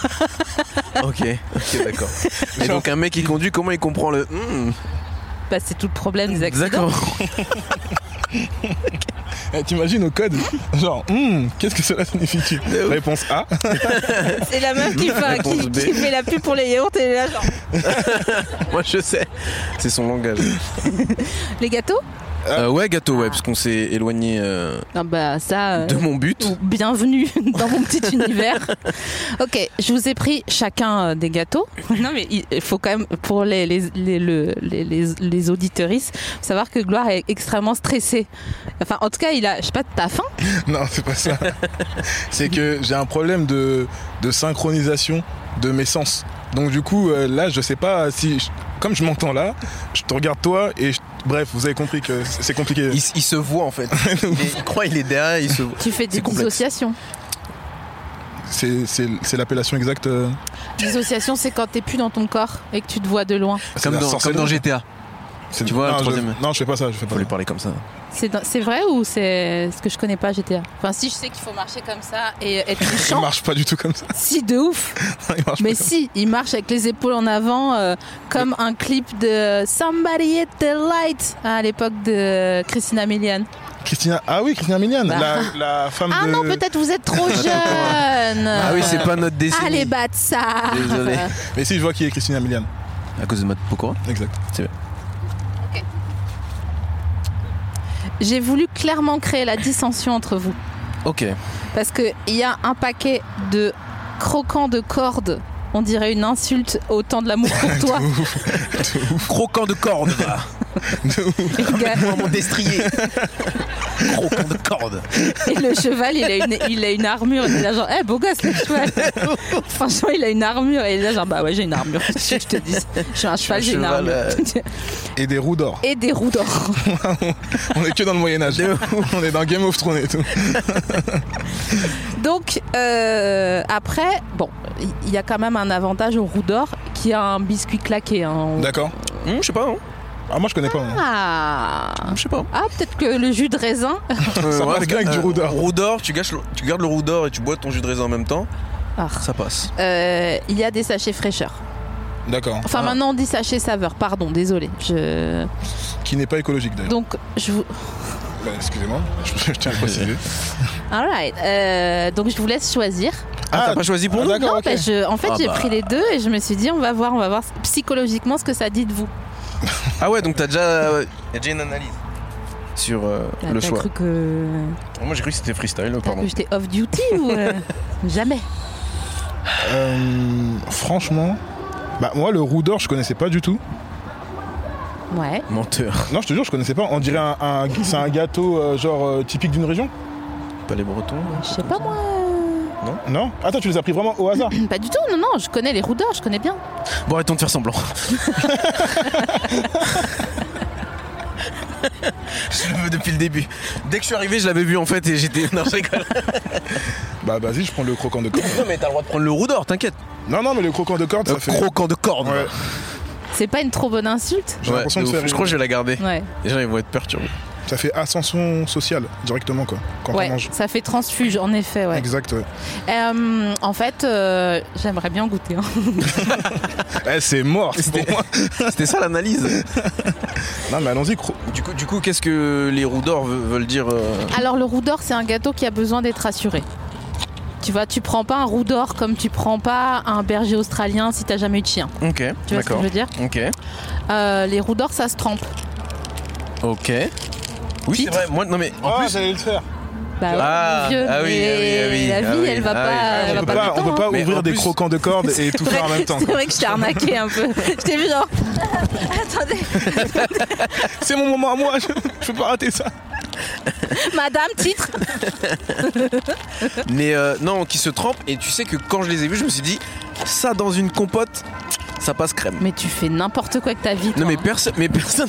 Speaker 2: Ok, ok, d'accord. Et donc, un mec qui conduit, comment il comprend le. Hmm,
Speaker 1: Bah, c'est tout le problème des accidents.
Speaker 2: D'accord.
Speaker 3: Eh, T'imagines au code Genre, Hmm, qu'est-ce que cela signifie Réponse A.
Speaker 1: C'est la meuf qui fait,
Speaker 2: Réponse
Speaker 1: qui,
Speaker 2: B.
Speaker 1: qui fait la pub pour les yaourts et elle est là, genre.
Speaker 2: Moi, je sais. C'est son langage.
Speaker 1: Les gâteaux
Speaker 2: Euh, ouais, gâteau, ouais, parce qu'on s'est éloigné euh,
Speaker 1: Non, bah, ça. euh,
Speaker 2: de mon but.
Speaker 1: Ou Bienvenue dans mon petit univers. Ok, je vous ai pris chacun euh, des gâteaux. Non, mais il il faut quand même, pour les, les, les, le- les, les- les auditrices, savoir que Gloire est extrêmement stressée. Enfin, en tout cas, il a. Je sais pas, t'as faim
Speaker 3: Non, c'est pas ça. c'est que j'ai un problème de, de synchronisation de mes sens. Donc du coup, euh, là, je sais pas si... je- comme je m'entends là, je te regarde toi et... je- bref, vous avez compris que c'est c'est compliqué.
Speaker 2: Il, s- il se voit en fait. Il, est- il croit il est derrière, il se voit.
Speaker 1: Tu fais des
Speaker 2: C'est complexe.
Speaker 1: dissociations.
Speaker 3: C'est c'est- c'est l'appellation exacte. euh,
Speaker 1: Dissociation, c'est quand t'es plus dans ton corps et que tu te vois de loin.
Speaker 3: c'est
Speaker 2: Comme
Speaker 3: la
Speaker 2: dans, comme
Speaker 3: sorcellerie.
Speaker 2: dans GTA.
Speaker 3: C'est-
Speaker 2: tu vois, le
Speaker 3: non, je-
Speaker 2: troisième.
Speaker 3: non, je fais pas ça, je fais pas
Speaker 2: Faut lui
Speaker 3: ça.
Speaker 2: parler comme ça.
Speaker 1: C'est dans- c'est vrai ou c'est ce que je connais pas GTA Enfin, si je sais qu'il faut marcher comme ça et être
Speaker 3: Il
Speaker 1: touchant,
Speaker 3: marche pas du tout comme ça.
Speaker 1: si de ouf.
Speaker 3: Il marche
Speaker 1: Mais
Speaker 3: pas.
Speaker 1: si, il marche avec les épaules en avant, euh, comme un clip de Somebody at the Light hein, à l'époque de Christina Milian.
Speaker 3: Christina, ah oui, Christina Milian,
Speaker 1: Bah.
Speaker 3: la, la femme
Speaker 1: Ah
Speaker 3: de.
Speaker 1: non, peut-être vous êtes trop jeune.
Speaker 2: Ah oui, c'est pas notre décennie.
Speaker 1: Allez, bah. batte ça.
Speaker 2: Désolé.
Speaker 3: Mais si, je vois qui est Christina Milian.
Speaker 2: À cause de Matt Pokora
Speaker 3: Exact.
Speaker 1: J'ai voulu clairement créer la dissension entre vous
Speaker 2: Ok.
Speaker 1: parce que il y a un paquet de croquants de cordes. On dirait une insulte au temps de l'amour pour toi.
Speaker 2: Croquant de corde, va.
Speaker 1: Et le gars-
Speaker 2: mon destrier. Croquant de corde.
Speaker 1: Et le cheval, il a une, il a une armure. Il est là genre, eh beau gosse le cheval. Franchement, il a une armure. Et il est là genre, bah ouais, j'ai une armure. Qu'est-ce que Je te dis, je suis un cheval, euh.
Speaker 2: suis
Speaker 1: j'ai
Speaker 2: un
Speaker 1: une armure.
Speaker 2: cheval,
Speaker 3: Et des roues d'or.
Speaker 1: Et des roues d'or.
Speaker 3: On est que dans le Moyen-Âge. On est dans Game of Thrones et tout.
Speaker 1: Donc euh, après, bon, il y a quand même un avantage aux roues d'or qui a un biscuit claqué. hein.
Speaker 3: D'accord.
Speaker 2: Hum, je sais pas, hein.
Speaker 3: Ah, moi je connais pas. moi.
Speaker 1: Ah,
Speaker 2: Je sais pas.
Speaker 1: ah peut-être que le jus de raisin.
Speaker 3: Ça passe bien avec du roux d'or.
Speaker 2: Roux Euh, d'or, tu, gâches le- tu gardes le roux d'or et tu bois ton jus de raisin en même temps,
Speaker 1: Ah,
Speaker 2: ça passe.
Speaker 1: euh, il y a des sachets fraîcheurs.
Speaker 3: D'accord.
Speaker 1: Enfin
Speaker 2: Ah.
Speaker 1: maintenant on dit sachets saveur. Pardon, désolé. Je...
Speaker 3: Qui n'est pas écologique d'ailleurs.
Speaker 1: Donc je vous,
Speaker 3: Bah, Excusez-moi, je, je tiens à le préciser.
Speaker 1: alright. Euh, donc je vous laisse choisir.
Speaker 2: Ah, t'as pas choisi pour
Speaker 3: ah,
Speaker 2: nous
Speaker 3: D'accord,
Speaker 1: Non,
Speaker 3: ok.
Speaker 1: bah, je- en fait,
Speaker 2: Ah
Speaker 1: j'ai
Speaker 2: bah.
Speaker 1: pris les deux et je me suis dit, on va voir, on va voir psychologiquement ce que ça dit de vous.
Speaker 2: Ah ouais, donc t'as déjà. Il y a déjà une analyse. Sur euh,
Speaker 1: T'as-
Speaker 2: le
Speaker 1: t'as
Speaker 2: choix.
Speaker 1: cru que,
Speaker 2: Moi j'ai cru que c'était freestyle,
Speaker 1: t'as
Speaker 2: pardon.
Speaker 1: cru que j'étais off duty ou euh, jamais
Speaker 3: Euh, franchement, Bah, moi, le roux d'or, je connaissais pas du tout.
Speaker 1: Ouais.
Speaker 2: Menteur.
Speaker 3: Non, je te jure, je connaissais pas. On dirait un, un- c'est un gâteau euh, genre euh, typique d'une région
Speaker 2: Pas les Bretons. hein,
Speaker 1: Je sais
Speaker 2: comme
Speaker 1: pas
Speaker 2: ça.
Speaker 1: moi.
Speaker 3: Non Attends, tu les as pris vraiment au hasard
Speaker 1: Pas du tout, non, non, je connais les roux d'or, je connais bien.
Speaker 2: Bon, arrêtons de faire semblant. je le veux depuis le début. Dès que je suis arrivé, je l'avais vu en fait et j'étais. Non, je rigole.
Speaker 3: Bah, vas-y, je prends le croquant de corde.
Speaker 2: Non, mais t'as le droit de prendre le roux d'or, t'inquiète.
Speaker 3: non, non, mais le croquant de corde, ça
Speaker 2: Le
Speaker 3: fait.
Speaker 2: croquant de corde.
Speaker 3: Ouais,
Speaker 1: C'est pas une trop bonne insulte
Speaker 3: j'ai
Speaker 2: Ouais,
Speaker 3: l'impression de
Speaker 2: de ouf.
Speaker 3: faire.
Speaker 2: Je crois que je vais la garder.
Speaker 1: Ouais,
Speaker 2: Les gens, ils vont être perturbés.
Speaker 3: Ça fait ascension sociale directement, quoi, quand on
Speaker 1: ouais
Speaker 3: mange.
Speaker 1: ça fait transfuge, en effet, ouais.
Speaker 3: Exact, ouais.
Speaker 1: Euh, en fait, euh, j'aimerais bien goûter. hein.
Speaker 3: Eh, c'est mort pour moi.
Speaker 2: C'était ça l'analyse.
Speaker 3: Non, mais allons-y, cro-
Speaker 2: Du coup, du coup qu'est-ce que les roux d'or ve- veulent dire euh,
Speaker 1: Alors, le roux d'or, c'est un gâteau qui a besoin d'être assuré. Tu vois, tu prends pas un roux d'or comme tu prends pas un berger australien si t'as jamais eu de chien.
Speaker 2: Ok,
Speaker 1: Tu vois ce que je
Speaker 2: d'accord.
Speaker 1: veux dire
Speaker 2: Ok.
Speaker 1: Euh, Les roux d'or, ça se trempe.
Speaker 2: Ok. Oui, c'est
Speaker 1: Titre.
Speaker 2: vrai. Moi, non, mais en
Speaker 3: Ah,
Speaker 2: plus.
Speaker 3: j'allais le faire.
Speaker 1: Bah ouais,
Speaker 2: Ah,
Speaker 1: mon vieux,
Speaker 2: ah oui,
Speaker 1: mais
Speaker 2: ah oui, ah oui,
Speaker 1: la
Speaker 2: ah
Speaker 1: vie,
Speaker 2: oui,
Speaker 1: elle va
Speaker 2: ah oui.
Speaker 1: pas,
Speaker 2: Ah,
Speaker 1: elle
Speaker 3: On
Speaker 1: va
Speaker 3: peut
Speaker 1: pas,
Speaker 3: pas,
Speaker 1: du
Speaker 3: on peut
Speaker 1: temps, hein.
Speaker 3: pas
Speaker 2: Mais
Speaker 3: ouvrir
Speaker 2: en
Speaker 3: des
Speaker 2: plus-
Speaker 3: croquants de corde et tout faire en même temps.
Speaker 1: C'est
Speaker 3: quoi.
Speaker 1: vrai que je t'ai arnaqué un peu. Je t'ai vu genre. Attendez,
Speaker 3: C'est mon moment à moi, je, je peux pas rater ça.
Speaker 1: madame, titre
Speaker 2: Mais euh, non, qui se trempe. Et tu sais que quand je les ai vus, je me suis dit, ça dans une compote, ça passe crème.
Speaker 1: Mais tu fais n'importe quoi avec ta vie.
Speaker 2: Non,
Speaker 1: toi,
Speaker 2: mais
Speaker 1: hein.
Speaker 2: personne, mais personne,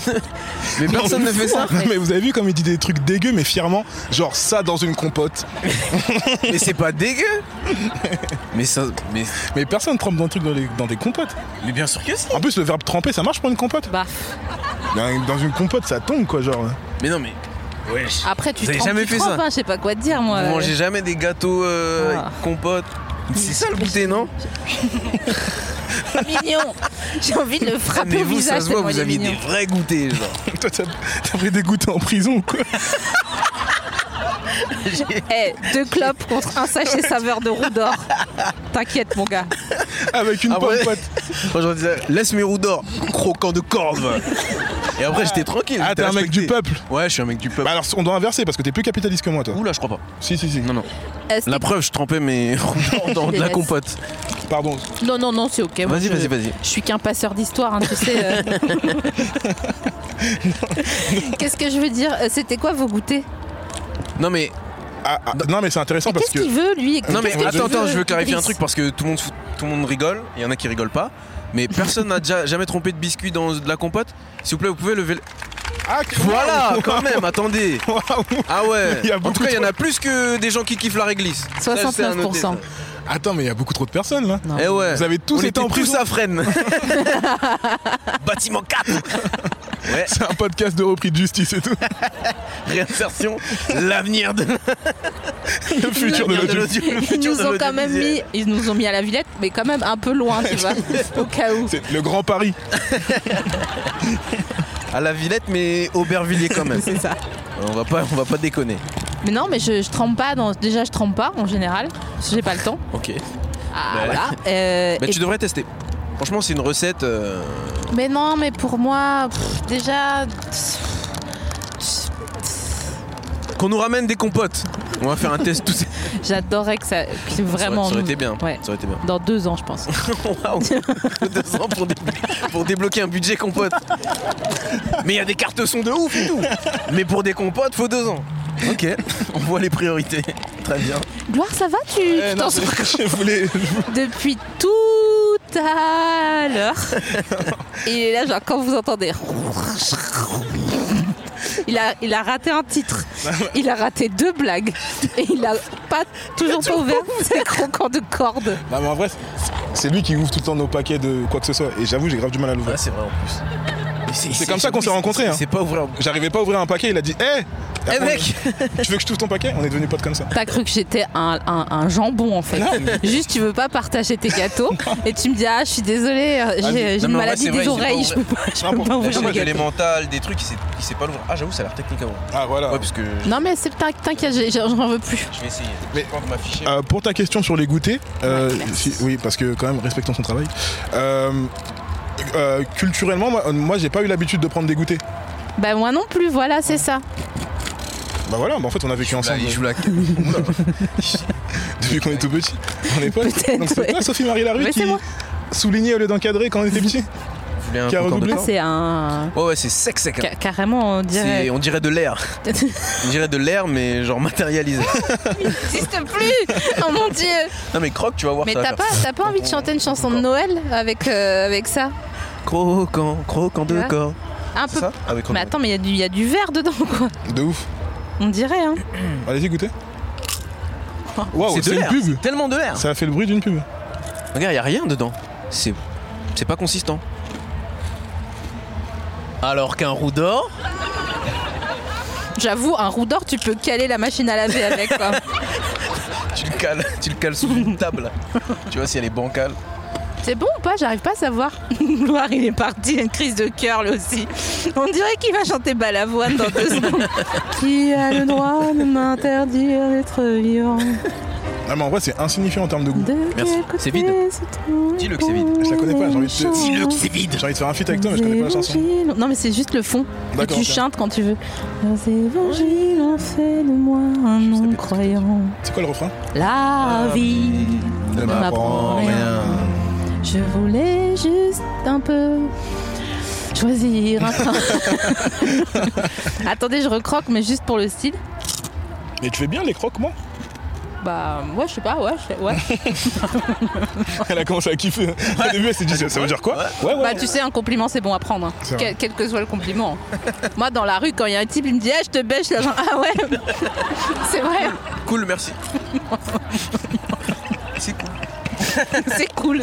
Speaker 2: mais personne ne fait ça.
Speaker 3: Mais vous avez vu comme il dit des trucs dégueux mais fièrement, genre ça dans une compote.
Speaker 2: Mais c'est pas dégueu. Mais ça, mais,
Speaker 3: Mais personne trempe dans, le truc dans, les- dans des compotes.
Speaker 2: mais bien sûr que si.
Speaker 3: En plus, le verbe tremper, ça marche pour une compote.
Speaker 1: Bah,
Speaker 3: Dans dans une compote, ça tombe quoi, genre.
Speaker 2: Mais non, mais. Wesh.
Speaker 1: après, tu
Speaker 2: Vous avez
Speaker 1: trempes,
Speaker 2: jamais
Speaker 1: tu
Speaker 2: fait ça
Speaker 1: trempes, hein, je sais pas quoi te dire, moi.
Speaker 2: Vous mangez jamais des gâteaux euh,
Speaker 1: Ah.
Speaker 2: compote. C'est ça le goûter, non
Speaker 1: Euh, Mignon J'ai envie de le
Speaker 2: Ah,
Speaker 1: frapper
Speaker 2: Mais
Speaker 1: au
Speaker 2: vous, ça
Speaker 1: visage.
Speaker 2: se voit,
Speaker 1: tellement
Speaker 2: vous
Speaker 1: il est
Speaker 2: aviez
Speaker 1: mignon.
Speaker 2: des vrais goûters, genre.
Speaker 3: Toi, t'as t'as pris des gouttes en prison ou quoi
Speaker 1: Eh, deux clopes contre un sachet saveur de roux d'or. T'inquiète, mon gars.
Speaker 3: Avec une
Speaker 2: Après-
Speaker 3: compote.
Speaker 2: Ah Moi, je disais, laisse mes roues d'or, croquant de corde. va. Et après, j'étais tranquille.
Speaker 3: Ah,
Speaker 2: j'étais
Speaker 3: t'es un mec
Speaker 2: respecté.
Speaker 3: du peuple.
Speaker 2: Ouais, je suis un mec du peuple.
Speaker 3: Bah alors, on doit inverser parce que t'es plus capitaliste que moi, toi.
Speaker 2: Ouh là, je crois pas.
Speaker 3: Si, si, si.
Speaker 2: Non, non.
Speaker 1: Est-ce
Speaker 2: La
Speaker 1: que-
Speaker 2: preuve, je trempais mes roues d'or dans de la
Speaker 1: Yes.
Speaker 2: compote.
Speaker 3: Pardon.
Speaker 1: Non, non, non, c'est ok. moi,
Speaker 2: Vas-y,
Speaker 1: je-
Speaker 2: vas-y, vas-y.
Speaker 1: Je suis qu'un passeur d'histoire, hein, tu sais. euh. Qu'est-ce que je veux dire Euh, C'était quoi vos goûters
Speaker 2: Non, mais,
Speaker 3: Ah, ah, non, mais c'est intéressant
Speaker 1: Mais
Speaker 3: parce
Speaker 1: Qu'est-ce
Speaker 3: que.
Speaker 1: qu'il veut, lui
Speaker 2: non, mais
Speaker 1: Qu'est-ce que tu
Speaker 2: attends, attends,
Speaker 1: veux,
Speaker 2: je veux clarifier un
Speaker 1: Idriss
Speaker 2: truc parce que tout le monde, fout- tout le monde rigole. Il y en a qui rigolent pas. Mais personne n'a déjà jamais trompé de biscuit dans de la compote. S'il vous plaît, vous pouvez lever. le-
Speaker 3: Ah,
Speaker 2: Voilà, quand même, attendez.
Speaker 3: Waouh.
Speaker 2: Ah ouais.
Speaker 3: Il y a
Speaker 2: en
Speaker 3: beaucoup
Speaker 2: tout cas, il y en a plus que des gens qui kiffent la réglisse. Ça, je sais à noter,
Speaker 1: 69%.
Speaker 2: ça.
Speaker 3: Attends, mais il y a beaucoup trop de personnes là.
Speaker 1: Non.
Speaker 2: Eh ouais.
Speaker 3: Vous avez tous
Speaker 2: On
Speaker 3: été
Speaker 2: était
Speaker 3: en prison.
Speaker 2: tous à Fresnes. Bâtiment 4. Ouais,
Speaker 3: C'est un podcast de repris de justice et tout.
Speaker 2: réinsertion, l'avenir de
Speaker 3: Le futur de
Speaker 2: l'avenir
Speaker 3: l'audio.
Speaker 2: l'audio. Le
Speaker 1: Ils
Speaker 2: futur
Speaker 1: nous
Speaker 2: de
Speaker 1: ont quand même
Speaker 2: l'audiovisuel.
Speaker 1: mis, ils nous ont mis à la Villette, mais quand même un peu loin, tu vois, au cas où.
Speaker 3: C'est le grand Paris.
Speaker 2: à la Villette mais Aubervilliers quand même.
Speaker 1: C'est ça.
Speaker 2: On va pas on va pas déconner.
Speaker 1: Mais non, mais je, je trempe pas. Dans, déjà, je trempe pas en général. parce que J'ai pas le temps.
Speaker 2: OK.
Speaker 1: Ah,
Speaker 2: Bah,
Speaker 1: voilà. Euh,
Speaker 2: Mais
Speaker 1: et-
Speaker 2: tu devrais tester. Franchement, c'est une recette euh,
Speaker 1: mais non, mais pour moi, pff, déjà. pff, pff,
Speaker 2: qu'on nous ramène des compotes. On va faire un test tout ça.
Speaker 1: J'adorerais que ça. Que vraiment.
Speaker 2: Ça aurait été bien.
Speaker 1: Ouais.
Speaker 2: Ça aurait été bien.
Speaker 1: Dans deux ans, je pense.
Speaker 2: Waouh. Deux ans pour, dé- pour débloquer un budget compote. Mais il y a des cartes son de ouf et tout. Mais pour des compotes, faut deux ans. Ok, on voit les priorités. Très bien.
Speaker 1: Gloire, ça va Tu tu
Speaker 3: Eh, non,
Speaker 1: t'en
Speaker 3: c'est-
Speaker 1: sors
Speaker 3: je voulais.
Speaker 1: depuis tout à l'heure. Il est là, genre, quand vous entendez. Il a, il a raté un titre, il a raté deux blagues et il a pas, toujours pas ouvert ses croquants de corde.
Speaker 3: Non, Bah, mais en vrai, c'est lui qui ouvre tout le temps nos paquets de quoi que ce soit. Et j'avoue, j'ai grave du mal à l'ouvrir.
Speaker 2: Ah, c'est vrai en plus. Mais
Speaker 3: C'est comme ça qu'on s'est rencontrés, hein.
Speaker 2: C'est pas ouvert.
Speaker 3: J'arrivais pas à ouvrir un paquet, il a dit Hé
Speaker 2: Eh
Speaker 3: Après,
Speaker 2: mec
Speaker 3: Tu veux que je t'ouvre ton paquet On est devenus potes comme ça.
Speaker 1: T'as cru que j'étais un, un- un jambon en fait.
Speaker 3: Non, mais-
Speaker 1: Juste, tu veux pas partager tes gâteaux et tu me dis Ah, je suis désolée, euh,
Speaker 3: mais-
Speaker 1: j'ai j'ai une
Speaker 2: non, mais en vrai,
Speaker 1: maladie
Speaker 2: c'est vrai,
Speaker 1: des
Speaker 2: j'ai pas
Speaker 1: oreilles, je
Speaker 2: ouvert-
Speaker 1: peux pas, je
Speaker 3: N'importe-
Speaker 1: peux pas
Speaker 2: Il y a
Speaker 1: ouvrir mes
Speaker 2: des
Speaker 1: gâteaux.
Speaker 2: élémentales, des trucs, il sait, il sait pas l'ouvrir. Ah, j'avoue, ça a l'air technique à ouvrir.
Speaker 3: Ah voilà.
Speaker 2: Ouais, parce que je,
Speaker 1: Non, mais c'est t'inqui- t'inquiète, j'ai- j'en j'en veux plus.
Speaker 2: je vais essayer.
Speaker 3: Mais-
Speaker 2: Mais pas m'afficher.
Speaker 3: Euh, pour ta question sur les goûters, euh,
Speaker 1: Ouais, merci.
Speaker 3: si- oui, parce que quand même, respectons son travail. Euh, euh, culturellement, moi, moi, j'ai pas eu l'habitude de prendre des goûters.
Speaker 1: Bah, moi non plus, voilà, c'est ça.
Speaker 3: Bah voilà, bah en fait, on a vécu ensemble
Speaker 2: je joue la
Speaker 3: depuis qu'on est tout petit. On est potes.
Speaker 1: Peut-être,
Speaker 3: Donc c'est
Speaker 1: ouais.
Speaker 3: pas Sophie Marie Larue
Speaker 1: Mais
Speaker 3: qui,
Speaker 1: c'est moi.
Speaker 3: souligné au lieu d'encadrer quand on était petit
Speaker 2: Vous voulez un
Speaker 3: Qui a
Speaker 2: concours de
Speaker 3: redoublé
Speaker 1: Ah,
Speaker 2: corps
Speaker 1: c'est un.
Speaker 2: Ouais, ouais, c'est sec, sec. hein.
Speaker 1: ca- carrément, on
Speaker 2: C'est-
Speaker 1: dirait.
Speaker 2: On dirait de l'air. On dirait de l'air, mais genre matérialisé.
Speaker 1: n'existe plus Oh mon dieu
Speaker 2: Non, mais croque, tu vas voir
Speaker 1: Mais
Speaker 2: Ah, ça.
Speaker 1: t'as
Speaker 2: va faire.
Speaker 1: pas, t'as pas envie de chanter une chanson de Noël avec, euh, avec ça
Speaker 2: Croquant, croquant de
Speaker 1: Ouais.
Speaker 2: corps.
Speaker 1: Un
Speaker 2: C'est
Speaker 1: peu.
Speaker 2: ça Ah oui, croquant.
Speaker 1: Mais attends, mais il y a du- il y, a du verre dedans, quoi.
Speaker 3: De ouf.
Speaker 1: On dirait, hein.
Speaker 3: Allez-y, goûtez. Waouh,
Speaker 2: C'est de
Speaker 3: c'est une
Speaker 2: l'air.
Speaker 3: pub.
Speaker 2: Tellement de l'air.
Speaker 3: Ah. Ça a fait le bruit d'une pub.
Speaker 2: Regarde, y a rien dedans. C'est c'est pas consistant. Alors qu'un roux d'or,
Speaker 1: J'avoue, un roux d'or, tu peux caler la machine à laver avec, quoi.
Speaker 2: tu le cales, tu le cales sous une table. tu vois si elle est bancale.
Speaker 1: C'est bon ou pas J'arrive pas à savoir. Loire, il est parti, il a une crise de cœur, lui aussi. On dirait qu'il va chanter Balavoine dans deux secondes. Qui a le droit de m'interdire d'être vivant
Speaker 3: Ah, mais en vrai, c'est insignifiant en termes de goût.
Speaker 1: De
Speaker 2: Merci.
Speaker 1: quel côté
Speaker 2: C'est vide.
Speaker 1: se trouve
Speaker 2: Dis-le que c'est vide.
Speaker 3: Je la connais pas, j'ai envie de te-
Speaker 1: les
Speaker 3: Dis-le
Speaker 1: champs
Speaker 2: c'est vide.
Speaker 3: J'ai envie de faire un feat avec toi, mais je connais pas la chanson.
Speaker 1: Évangiles- Non, mais c'est juste le fond. Et
Speaker 3: D'accord,
Speaker 1: tu
Speaker 3: ok.
Speaker 1: chantes quand tu veux. Les évangiles ont fait de moi un
Speaker 2: sais pas
Speaker 1: non-croyant.
Speaker 3: C'est quoi le refrain
Speaker 1: La
Speaker 3: Ah,
Speaker 1: vie ne
Speaker 2: Oh,
Speaker 1: m'apprend rien. Je voulais juste un peu choisir un train. Attendez, je recroque, mais juste pour le style.
Speaker 3: Mais tu fais bien les croquements
Speaker 1: Bah, ouais, je sais pas, ouais, je sais- ouais.
Speaker 3: Elle a commencé à kiffer. Au début, elle s'est dit, ça ça veut dire quoi Ouais, ouais.
Speaker 1: Bah, tu sais, un compliment, c'est bon à prendre. hein.
Speaker 3: C'est vrai.
Speaker 1: Quel, quel que soit le compliment. Moi, dans la rue, quand il y a un type, il me dit, ah, je te bêche, là, genre, ah ouais, c'est vrai,
Speaker 2: Cool, merci. c'est cool.
Speaker 1: c'est cool.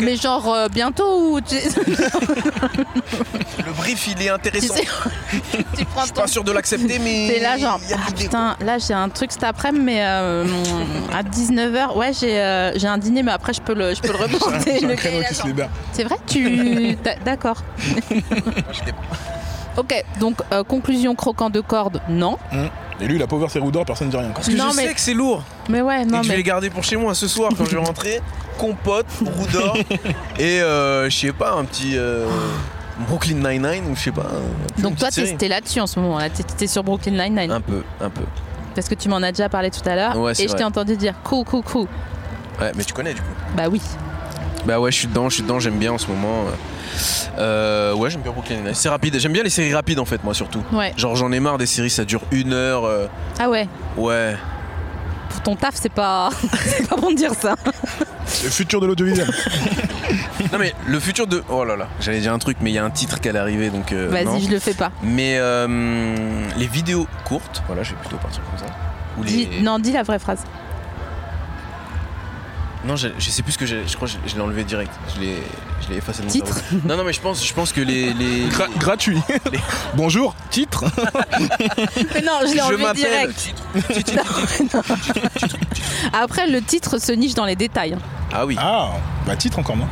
Speaker 1: Mais genre, euh, bientôt, ou tu, tu
Speaker 2: Le brief il est intéressant.
Speaker 1: sais, tu prends
Speaker 2: Pas
Speaker 1: ton
Speaker 2: sûr de l'accepter, mais.
Speaker 1: T'es là genre
Speaker 2: il y a
Speaker 1: ah,
Speaker 2: l'idée, quoi.
Speaker 1: putain là j'ai un truc cet après-midi mais euh, mon- à 19h ouais j'ai euh, j'ai un dîner mais après je peux le je peux le reporter Le
Speaker 3: J'ai un
Speaker 1: gars, il
Speaker 3: créneau
Speaker 1: est là,
Speaker 3: qui se
Speaker 1: genre,
Speaker 3: libère.
Speaker 1: c'est vrai tu d'a- d'accord ok donc euh, conclusion croquant de corde non
Speaker 3: Et lui, il a pas ouvert ses roues d'or, personne dit rien. quoi.
Speaker 2: Parce que
Speaker 1: Non,
Speaker 2: je
Speaker 1: mais-
Speaker 2: sais que c'est lourd
Speaker 1: mais ouais
Speaker 2: et
Speaker 1: non
Speaker 2: que je vais
Speaker 1: mais
Speaker 2: les garder pour chez moi ce soir quand je vais rentrer. Compote, roux d'or et euh, je sais pas, un petit euh, Brooklyn Nine-Nine ou je sais pas. un- une
Speaker 1: Ah. donc toi
Speaker 2: petite série.
Speaker 1: t'es t'es là-dessus en ce moment là t'es t'es sur Brooklyn Nine-Nine
Speaker 2: Un peu, un peu.
Speaker 1: parce que tu m'en as déjà parlé tout à l'heure
Speaker 2: Ah. Ouais, c'est
Speaker 1: et je
Speaker 2: vrai.
Speaker 1: t'ai entendu dire cou cou cou
Speaker 2: Ouais, mais tu connais du coup.
Speaker 1: bah oui
Speaker 2: Bah ouais, je suis dedans, je suis dedans, j'aime bien en ce moment. Euh, ouais, j'aime bien Brooklyn Nine-Nine. C'est rapide, j'aime bien les séries rapides en fait, moi surtout.
Speaker 1: ouais
Speaker 2: Genre j'en ai marre des séries, ça dure une heure. euh,
Speaker 1: ah ouais
Speaker 2: ouais.
Speaker 1: pour ton taf c'est pas c'est pas bon de dire ça
Speaker 2: Euh,
Speaker 3: Le futur de l'audiovisuel.
Speaker 2: Non mais le futur de... Oh là là, j'allais dire un truc, mais il y a un titre qui allait arriver, donc... euh, non.
Speaker 1: vas-y je le fais pas
Speaker 2: Mais euh, les vidéos courtes, voilà, je vais plutôt partir comme ça. Ou les...
Speaker 1: Dis- non dis la vraie phrase
Speaker 2: Non, je, je sais plus ce que j'ai. Je crois que je, je l'ai enlevé direct. Je l'ai, je l'ai effacé de mon
Speaker 1: Titre.
Speaker 2: cerveau. Non, non, mais je pense, je pense que les. les-
Speaker 3: Gra- gratuit. Bonjour, titre.
Speaker 1: Mais non, je l'ai
Speaker 2: je
Speaker 1: enlevé
Speaker 2: m'appelle.
Speaker 1: direct.
Speaker 2: Titre.
Speaker 1: Après, le titre se niche dans les détails.
Speaker 2: Ah oui.
Speaker 3: Ah, bah titre encore, non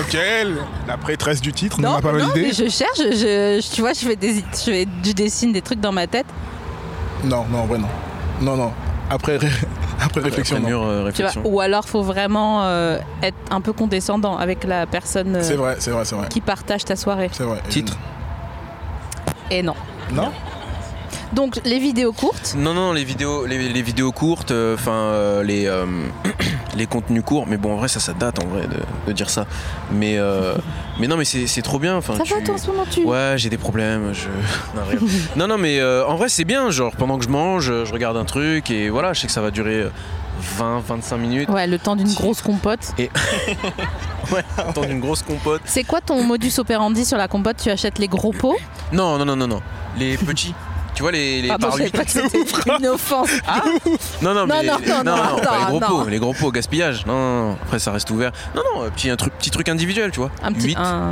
Speaker 3: Ok, l- la prêtresse du titre ne m'a pas
Speaker 1: non, mais
Speaker 3: validé.
Speaker 1: je cherche, je, je- tu vois, je fais des, je, fais- je dessine des trucs dans ma tête.
Speaker 3: Non, non, en vrai, non. Non, non. Après, ré- après réflexion,
Speaker 2: Après
Speaker 3: non.
Speaker 2: mûre,
Speaker 1: Tu
Speaker 2: euh,
Speaker 1: vois.
Speaker 2: réflexion.
Speaker 1: Ou alors, faut vraiment euh, être un peu condescendant avec la personne euh,
Speaker 3: C'est vrai, c'est vrai, c'est vrai.
Speaker 1: qui partage ta soirée.
Speaker 3: C'est vrai.
Speaker 2: Titre.
Speaker 1: Et non.
Speaker 3: Non
Speaker 1: Donc, les vidéos courtes.
Speaker 2: Non, non, les vidéos, les, les vidéos courtes, enfin les euh, les contenus courts. Mais bon, en vrai, ça, ça date en vrai de, de dire ça. Mais euh, mais non, mais c'est, c'est trop bien. Enfin,
Speaker 1: Ça
Speaker 2: tu-
Speaker 1: va, toi, en ce moment, tu.
Speaker 2: Ouais, j'ai des problèmes. Je... Non, rien. non, non, mais euh, en vrai, c'est bien. Genre, pendant que je mange, euh, je regarde un truc et voilà, je sais que ça va durer euh, 20, 25 minutes.
Speaker 1: Ouais, le temps d'une
Speaker 2: Si.
Speaker 1: grosse compote.
Speaker 2: Ouais, attends, une grosse compote.
Speaker 1: C'est quoi ton modus operandi sur la compote Tu achètes les gros pots
Speaker 2: Non, non, non, non, non. Les petits. Tu vois, les, les
Speaker 1: Pardon, je
Speaker 2: parus.
Speaker 1: savais pas que c'était une offense. Ah,
Speaker 2: Non,
Speaker 1: Non,
Speaker 2: non, mais
Speaker 1: non,
Speaker 2: les-
Speaker 1: non, non,
Speaker 2: pas les
Speaker 1: non,
Speaker 2: gros
Speaker 1: non.
Speaker 2: pots, les gros pots, gaspillage. Non, non, non. Après, ça reste ouvert. Non, non, euh, petit, un truc, petit truc individuel, tu vois.
Speaker 1: Un petit.
Speaker 2: Huit.
Speaker 1: un-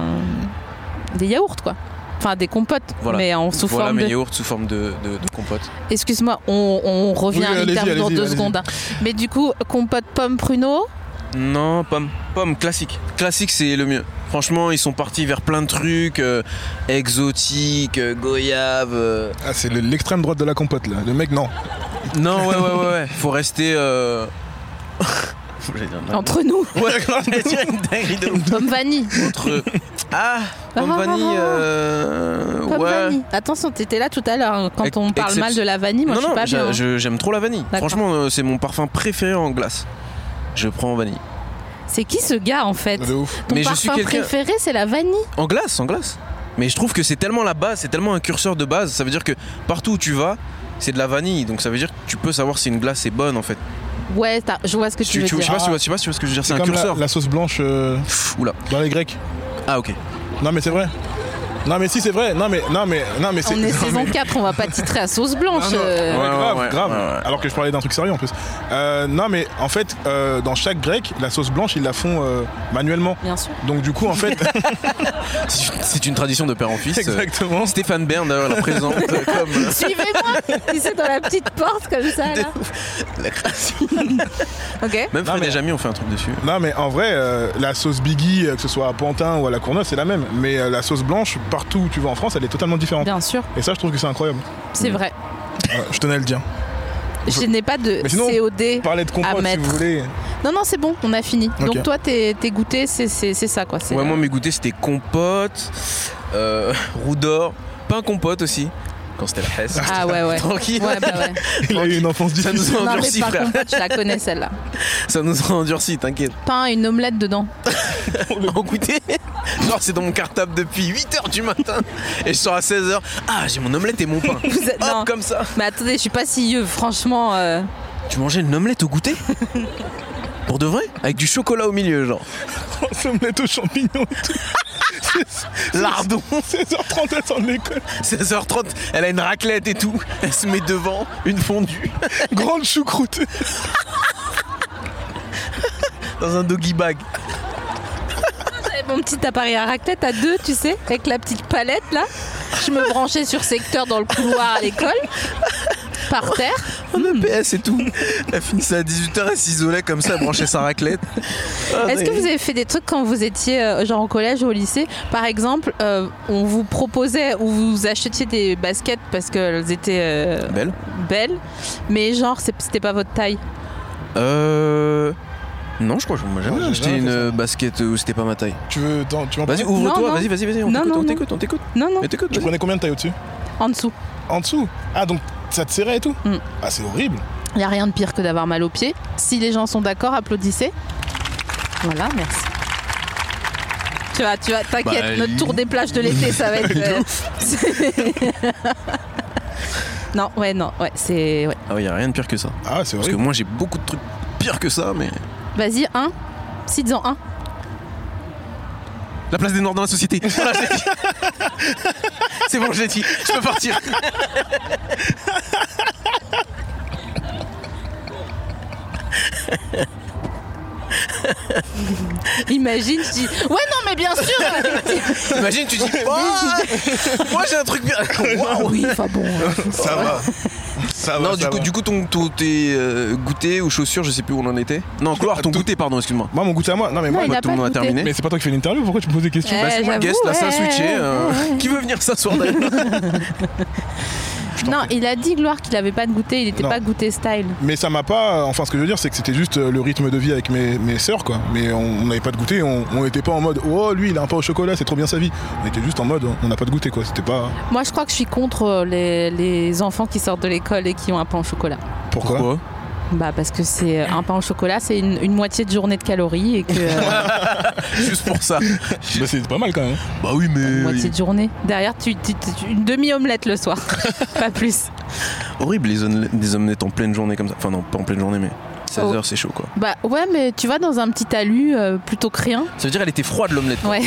Speaker 1: Des yaourts, quoi. Enfin, des compotes,
Speaker 2: Voilà.
Speaker 1: mais en sous
Speaker 2: voilà
Speaker 1: forme
Speaker 2: mes
Speaker 1: de.
Speaker 2: yaourts sous forme de, de, de compote.
Speaker 1: Excuse-moi, on, on revient
Speaker 3: Oui,
Speaker 1: à
Speaker 3: allez-y,
Speaker 1: l'interview dans
Speaker 3: allez-y,
Speaker 1: deux
Speaker 3: allez-y.
Speaker 1: secondes. hein. Mais du coup, compote pomme pruneau.
Speaker 2: Non, pomme. Pomme, classique. Classique, c'est le mieux. Franchement, ils sont partis vers plein de trucs euh, exotiques, euh, goyaves. euh.
Speaker 3: Ah, c'est le- l'extrême droite de la compote, là. Le mec, non.
Speaker 2: Non, ouais, ouais, ouais, ouais. Faut rester. euh, J'allais dire non.
Speaker 1: Entre nous,
Speaker 2: Ouais, j'allais dire une dinguerie de ouf.
Speaker 1: pomme vanille.
Speaker 2: Entre- Ah, pomme
Speaker 1: Ah, ah,
Speaker 2: vanille.
Speaker 1: ah.
Speaker 2: euh,
Speaker 1: Pomme
Speaker 2: ouais.
Speaker 1: vanille. Attention, t'étais là tout à l'heure. hein, Quand
Speaker 2: Ex-
Speaker 1: on parle
Speaker 2: exception-
Speaker 1: mal de la vanille, moi
Speaker 2: non,
Speaker 1: je suis
Speaker 2: non,
Speaker 1: pas
Speaker 2: j'a-
Speaker 1: bien. hein.
Speaker 2: je- j'aime trop la vanille.
Speaker 1: D'accord.
Speaker 2: Franchement, euh, c'est mon parfum préféré en glace. Je prends en vanille.
Speaker 1: C'est qui ce gars en fait
Speaker 3: De ouf.
Speaker 1: Ton
Speaker 2: Mais je suis
Speaker 1: parfum
Speaker 2: quelqu'un-
Speaker 1: préféré, c'est la vanille.
Speaker 2: En glace, en glace. Mais je trouve que c'est tellement la base, c'est tellement un curseur de base. Ça veut dire que partout où tu vas, c'est de la vanille. Donc ça veut dire que tu peux savoir si une glace est bonne en fait.
Speaker 1: Ouais, t'as- je vois ce que tu,
Speaker 2: Tu-
Speaker 1: veux
Speaker 2: tu- je,
Speaker 1: dire. ah
Speaker 2: sais pas, si tu vois, je sais pas si tu vois ce que je veux dire, c'est un
Speaker 3: comme la-
Speaker 2: curseur.
Speaker 3: La, sauce blanche euh,
Speaker 2: Pff, oula.
Speaker 3: dans les Grecs.
Speaker 2: Ah ok.
Speaker 3: Non mais c'est vrai. Non mais si c'est vrai. Non mais non mais non mais c'est.
Speaker 1: On est
Speaker 3: non,
Speaker 1: saison
Speaker 3: mais-
Speaker 1: 4, on va pas titrer à sauce blanche.
Speaker 3: Non, non,
Speaker 1: euh.
Speaker 3: ouais,
Speaker 2: Ouais,
Speaker 3: grave,
Speaker 2: ouais,
Speaker 3: grave.
Speaker 2: ouais, ouais.
Speaker 3: Alors que je parlais d'un truc sérieux en plus. Euh, non mais en fait, euh, dans chaque grec, la sauce blanche ils la font euh, manuellement.
Speaker 1: Bien sûr.
Speaker 3: Donc du coup en fait,
Speaker 2: C'est une- C'est une tradition de père en fils. Euh,
Speaker 3: exactement.
Speaker 2: Stéphane Bern d'ailleurs la présente euh, comme euh,
Speaker 1: Suivez-moi Tu sais, dans la petite porte comme ça, là.
Speaker 2: la création.
Speaker 1: Ok.
Speaker 2: Même Fred
Speaker 3: mais-
Speaker 2: et Jamy ont fait un truc dessus.
Speaker 3: Non mais en vrai, euh, la sauce Biggie, euh, que ce soit à Pantin ou à la Courneuve, c'est la même. Mais euh, la sauce blanche, partout où tu vas en France, elle est totalement différente.
Speaker 1: Bien sûr,
Speaker 3: Et ça, je trouve que c'est incroyable.
Speaker 1: c'est vrai.
Speaker 3: Ouais, je tenais à le dire.
Speaker 1: Je n'ai pas de
Speaker 3: Mais sinon,
Speaker 1: COD.
Speaker 3: Parler de
Speaker 1: À
Speaker 3: compote, si
Speaker 1: mettre.
Speaker 3: vous voulez.
Speaker 1: Non, non, c'est bon, on a fini.
Speaker 3: Ok.
Speaker 1: Donc toi, t'es t'es goûté, c'est c'est- c'est ça, quoi. c'est-
Speaker 2: Ouais, moi mes goûters c'était compote, euh, roux d'or, pain compote aussi. Quand c'était la Hesse.
Speaker 1: Ah ouais, ouais.
Speaker 2: Tranquille.
Speaker 1: Ouais, bah ouais.
Speaker 3: Il a eu une enfance
Speaker 2: Ça nous
Speaker 3: difficile.
Speaker 2: a
Speaker 1: Non, mais
Speaker 2: endurci,
Speaker 1: par
Speaker 2: frère.
Speaker 1: contre, je la connais celle-là.
Speaker 2: Ça nous a endurci, t'inquiète.
Speaker 1: Pain, une omelette dedans.
Speaker 2: En goûter Genre, c'est dans mon cartable depuis 8h du matin et je sors à 16h. Ah, j'ai mon omelette et mon pain.
Speaker 1: Vous êtes-
Speaker 2: Hop,
Speaker 1: non.
Speaker 2: comme ça.
Speaker 1: Mais attendez, je suis pas si yeux, franchement. euh,
Speaker 2: Tu mangeais une omelette au goûter Pour de vrai Avec du chocolat au milieu, genre.
Speaker 3: Ça me met aux champignons et tout.
Speaker 2: Lardon,
Speaker 3: 16h30, elle sort de l'école.
Speaker 2: 16h30, elle a une raclette et tout. Elle se met devant, une fondue,
Speaker 3: Grande choucroute.
Speaker 2: dans un doggy bag.
Speaker 1: j'avais Mon petit appareil à raclette à deux, tu sais, avec la petite palette là. Je me branchais sur secteur dans le couloir à l'école, par terre.
Speaker 2: En
Speaker 3: Hmm.
Speaker 2: EPS E et tout. Elle finissait à 18h, elle s'isolait comme ça, elle branchait sa raclette. Ah,
Speaker 1: Est-ce que
Speaker 2: mais-
Speaker 1: vous avez fait des trucs quand vous étiez euh, genre au collège ou au lycée Par exemple, euh, on vous proposait ou vous achetiez des baskets parce qu'elles étaient euh,
Speaker 2: Belle.
Speaker 1: belles, mais genre c'est- c'était pas votre taille.
Speaker 2: Euh. Non, je crois que moi j'ai
Speaker 3: Ouais,
Speaker 2: jamais
Speaker 3: j'ai
Speaker 2: acheté
Speaker 3: jamais fait
Speaker 2: une
Speaker 3: ça.
Speaker 2: euh, basket où c'était pas ma taille.
Speaker 3: Tu veux, t'en- tu en
Speaker 2: Vas-y,
Speaker 3: prends-
Speaker 2: ouvre-toi,
Speaker 1: non.
Speaker 2: vas-y, vas-y, vas-y, on
Speaker 1: Non,
Speaker 2: t'écoute,
Speaker 1: non,
Speaker 2: on
Speaker 1: non.
Speaker 2: t'écoute, on t'écoute.
Speaker 1: Non, non,
Speaker 2: Mais t'écoute,
Speaker 3: Tu
Speaker 2: vas-y.
Speaker 3: prenais combien de taille au-dessus
Speaker 1: en dessous.
Speaker 3: En dessous Ah, donc ça te serrait et tout
Speaker 1: Mm.
Speaker 3: Ah, c'est horrible.
Speaker 1: Il n'y a rien de pire que d'avoir mal aux pieds. Si les gens sont d'accord, applaudissez. Voilà, merci. Tu vas, tu vas, t'inquiète,
Speaker 2: Bah,
Speaker 1: notre tour des plages de l'été, ça va être. euh, c'est- non, ouais, non, ouais, c'est. ouais.
Speaker 2: Ah ouais, y a rien de pire que ça.
Speaker 3: Ah, c'est
Speaker 2: Parce que
Speaker 3: horrible.
Speaker 2: moi j'ai beaucoup de trucs pires que ça, mais.
Speaker 1: Vas-y, un. Cites-en un.
Speaker 2: La place des Nords dans la société. Voilà, je l'ai dit. C'est bon, je l'ai dit. Je peux partir.
Speaker 1: Imagine, je dis. Ouais, non, mais bien sûr
Speaker 2: Imagine, tu dis. Ah, moi j'ai un truc bien. Waouh.
Speaker 1: Ah Oui, enfin bon. euh,
Speaker 3: Ça va. Ça va.
Speaker 2: Non, du
Speaker 3: ça
Speaker 2: coup,
Speaker 3: va.
Speaker 2: du coup, ton, ton- tes euh, goûters ou chaussures, je sais plus où on en était. Ah, Non, Cloire, ton
Speaker 3: Tout-
Speaker 2: goûter, pardon, excuse-moi.
Speaker 3: Moi, mon goûter à moi. Non, mais
Speaker 1: Non,
Speaker 3: moi,
Speaker 1: il
Speaker 3: moi-
Speaker 1: a
Speaker 2: Tout
Speaker 1: pas
Speaker 2: le monde a
Speaker 1: goûté.
Speaker 2: terminé.
Speaker 3: mais c'est pas toi qui fais l'interview, pourquoi tu me poses des questions
Speaker 1: Eh,
Speaker 2: Bah, c'est moi le
Speaker 1: j'avoue,
Speaker 2: guest, là, ça a
Speaker 1: ouais,
Speaker 2: switché. euh,
Speaker 1: ouais, ouais.
Speaker 2: Qui veut venir s'asseoir d'ailleurs
Speaker 1: Non, il a dit, Gloire, qu'il avait pas de goûter, il était
Speaker 3: Non.
Speaker 1: pas goûté style.
Speaker 3: Mais ça m'a pas. Enfin, ce que je veux dire, c'est que c'était juste euh, le rythme de vie avec mes, mes sœurs, quoi. Mais on on n'avait pas de goûter, on on n'était pas en mode oh, lui, il a un pain au chocolat, c'est trop bien sa vie. On était juste en mode on n'a pas de goûter, quoi. C'était pas.
Speaker 1: Moi, je crois que je suis contre euh, les, les enfants qui sortent de l'école et qui ont un pain au chocolat.
Speaker 3: Pourquoi,
Speaker 1: Bah parce que c'est un pain au chocolat, c'est une, une moitié de journée de calories et que euh,
Speaker 2: Juste pour ça.
Speaker 3: Bah, C'est pas mal quand même.
Speaker 2: Bah oui,
Speaker 1: une
Speaker 2: mais.
Speaker 1: moitié de journée. Derrière, tu, tu- tu- une demi omelette le soir, pas plus.
Speaker 2: Horrible les omelettes- des omelettes en pleine journée comme ça. Enfin, non, pas en pleine journée, mais 16h, c'est chaud quoi.
Speaker 1: Bah ouais, mais tu vas dans un petit talus euh, plutôt créant.
Speaker 2: Ça veut dire elle était froide l'omelette.
Speaker 1: Ouais.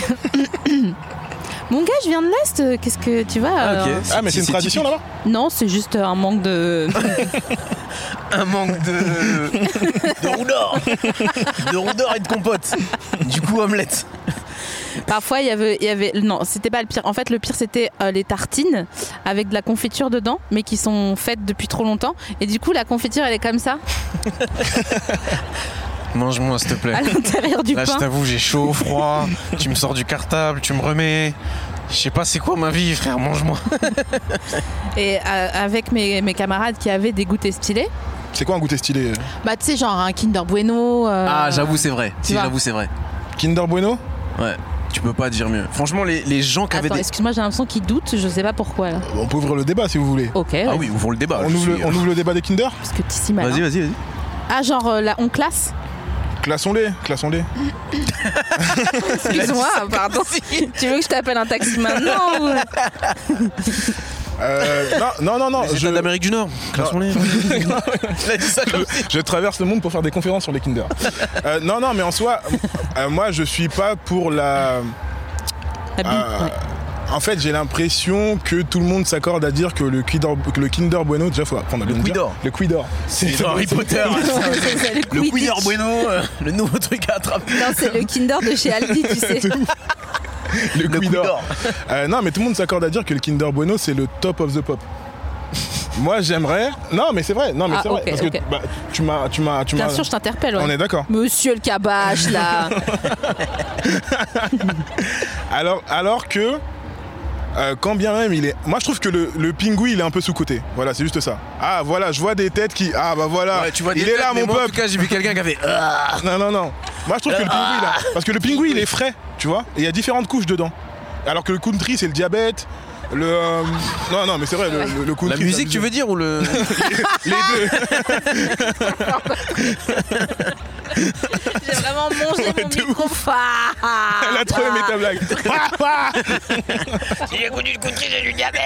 Speaker 1: Mon gars, je viens de l'est. euh, Qu'est-ce que tu vois
Speaker 2: Ah, ok.
Speaker 1: euh,
Speaker 3: Ah, mais c'est une tradition là-bas
Speaker 1: Non, c'est juste euh, un manque de.
Speaker 2: Un manque de. de roux d'or De roux d'or et de compote Du coup, omelette
Speaker 1: Parfois, il y avait, il y avait, non, c'était pas le pire. En fait, le pire, c'était euh, les tartines avec de la confiture dedans, mais qui sont faites depuis trop longtemps. Et du coup, la confiture, elle est comme ça
Speaker 2: Mange-moi s'il te plaît.
Speaker 1: à l'intérieur du
Speaker 2: Là, je
Speaker 1: pain.
Speaker 2: t'avoue, j'ai chaud, froid. tu me sors du cartable, tu me remets. Je sais pas c'est quoi ma vie, frère, mange-moi.
Speaker 1: Et euh, avec mes, mes camarades qui avaient des goûters stylés,
Speaker 3: C'est quoi un goûter stylé
Speaker 1: bah tu sais, genre un Kinder Bueno. euh,
Speaker 2: Ah, j'avoue, c'est vrai.
Speaker 1: Tu
Speaker 2: Si,
Speaker 1: vois.
Speaker 2: j'avoue, c'est vrai.
Speaker 3: Kinder Bueno
Speaker 2: Ouais. Tu peux pas dire mieux. Franchement, les, les gens qui avaient
Speaker 1: Attends,
Speaker 2: des.
Speaker 1: excuse-moi, j'ai l'impression qu'ils doutent, je sais pas pourquoi là.
Speaker 3: On peut ouvrir le débat si vous voulez.
Speaker 1: Ok, ouais,
Speaker 2: Ah oui, ouvrons le débat.
Speaker 3: on,
Speaker 2: je
Speaker 3: ouvre le,
Speaker 2: suis- euh,
Speaker 3: on ouvre le débat des Kinder
Speaker 1: parce que t'es si malin.
Speaker 2: Vas-y, vas-y, vas-y.
Speaker 1: Ah, genre euh, là, on classe
Speaker 3: Classons-les, classons-les.
Speaker 1: Excuse-moi, pardon. tu veux que je t'appelle un taxi maintenant ou...
Speaker 3: Euh, non, non, non, non.
Speaker 2: Je...
Speaker 3: Je,
Speaker 2: d'Amérique du Nord, classons-les. Il a dit ça comme
Speaker 3: je traverse le monde pour faire des conférences sur les Kinder. Euh, non, non, mais en soi, euh, moi, je suis pas pour la.
Speaker 1: Ah, bi-
Speaker 3: Euh,
Speaker 1: ouais.
Speaker 3: En fait, j'ai l'impression que tout le monde s'accorde à dire que le Kinder, que le Kinder Bueno, déjà, faut apprendre à
Speaker 2: Le
Speaker 3: bien
Speaker 2: Quidor.
Speaker 3: dire. Le Quidor.
Speaker 2: C'est dans Harry Potter. hein.
Speaker 1: C'est- c'est
Speaker 2: Le
Speaker 1: Quidditch.
Speaker 2: Quidor Bueno, euh, le nouveau truc à attraper.
Speaker 1: Non, c'est le Kinder de chez Aldi, tu sais.
Speaker 3: Le
Speaker 2: Le
Speaker 3: Quidor.
Speaker 2: Quidor.
Speaker 3: Euh, non, mais tout le monde s'accorde à dire que le Kinder Bueno, c'est le top of the pop. Moi, j'aimerais. Non, mais c'est vrai. Non, mais
Speaker 1: Ah,
Speaker 3: c'est vrai.
Speaker 1: ok,
Speaker 3: parce que
Speaker 1: ok.
Speaker 3: bah, tu m'as, tu m'as, tu
Speaker 1: Bien
Speaker 3: m'as-
Speaker 1: sûr, je t'interpelle. ouais.
Speaker 3: On est d'accord.
Speaker 1: Monsieur le cabache, là.
Speaker 3: Alors, alors que, euh, quand bien même il est. Moi, je trouve que le, le pingouin, il est un peu sous-côté. Voilà, c'est juste ça. Ah, voilà, je vois des têtes qui. Ah, bah voilà.
Speaker 2: Ouais, tu vois des
Speaker 3: il est
Speaker 2: têtes,
Speaker 3: là,
Speaker 2: mais
Speaker 3: mon
Speaker 2: moi, En
Speaker 3: peuple.
Speaker 2: tout cas, j'ai vu quelqu'un qui avait. euh,
Speaker 3: Ah, Non, non, non. Moi, je trouve que le pingouin,
Speaker 2: ah.
Speaker 3: là. Parce que le pingouin, il est frais, tu vois. Et il y a différentes couches dedans. Alors que le country, c'est le diabète. Le. euh, Non, non, mais c'est vrai, le, le- le country.
Speaker 2: La
Speaker 3: c'est
Speaker 2: musique, tu
Speaker 3: abusé.
Speaker 2: veux dire ou le
Speaker 3: Les deux.
Speaker 1: J'ai vraiment mangé mon micro. Ah,
Speaker 3: Elle a trouvé
Speaker 1: ah.
Speaker 3: mes ta blague. Ah, ah.
Speaker 2: J'ai connu le country, j'ai du diabète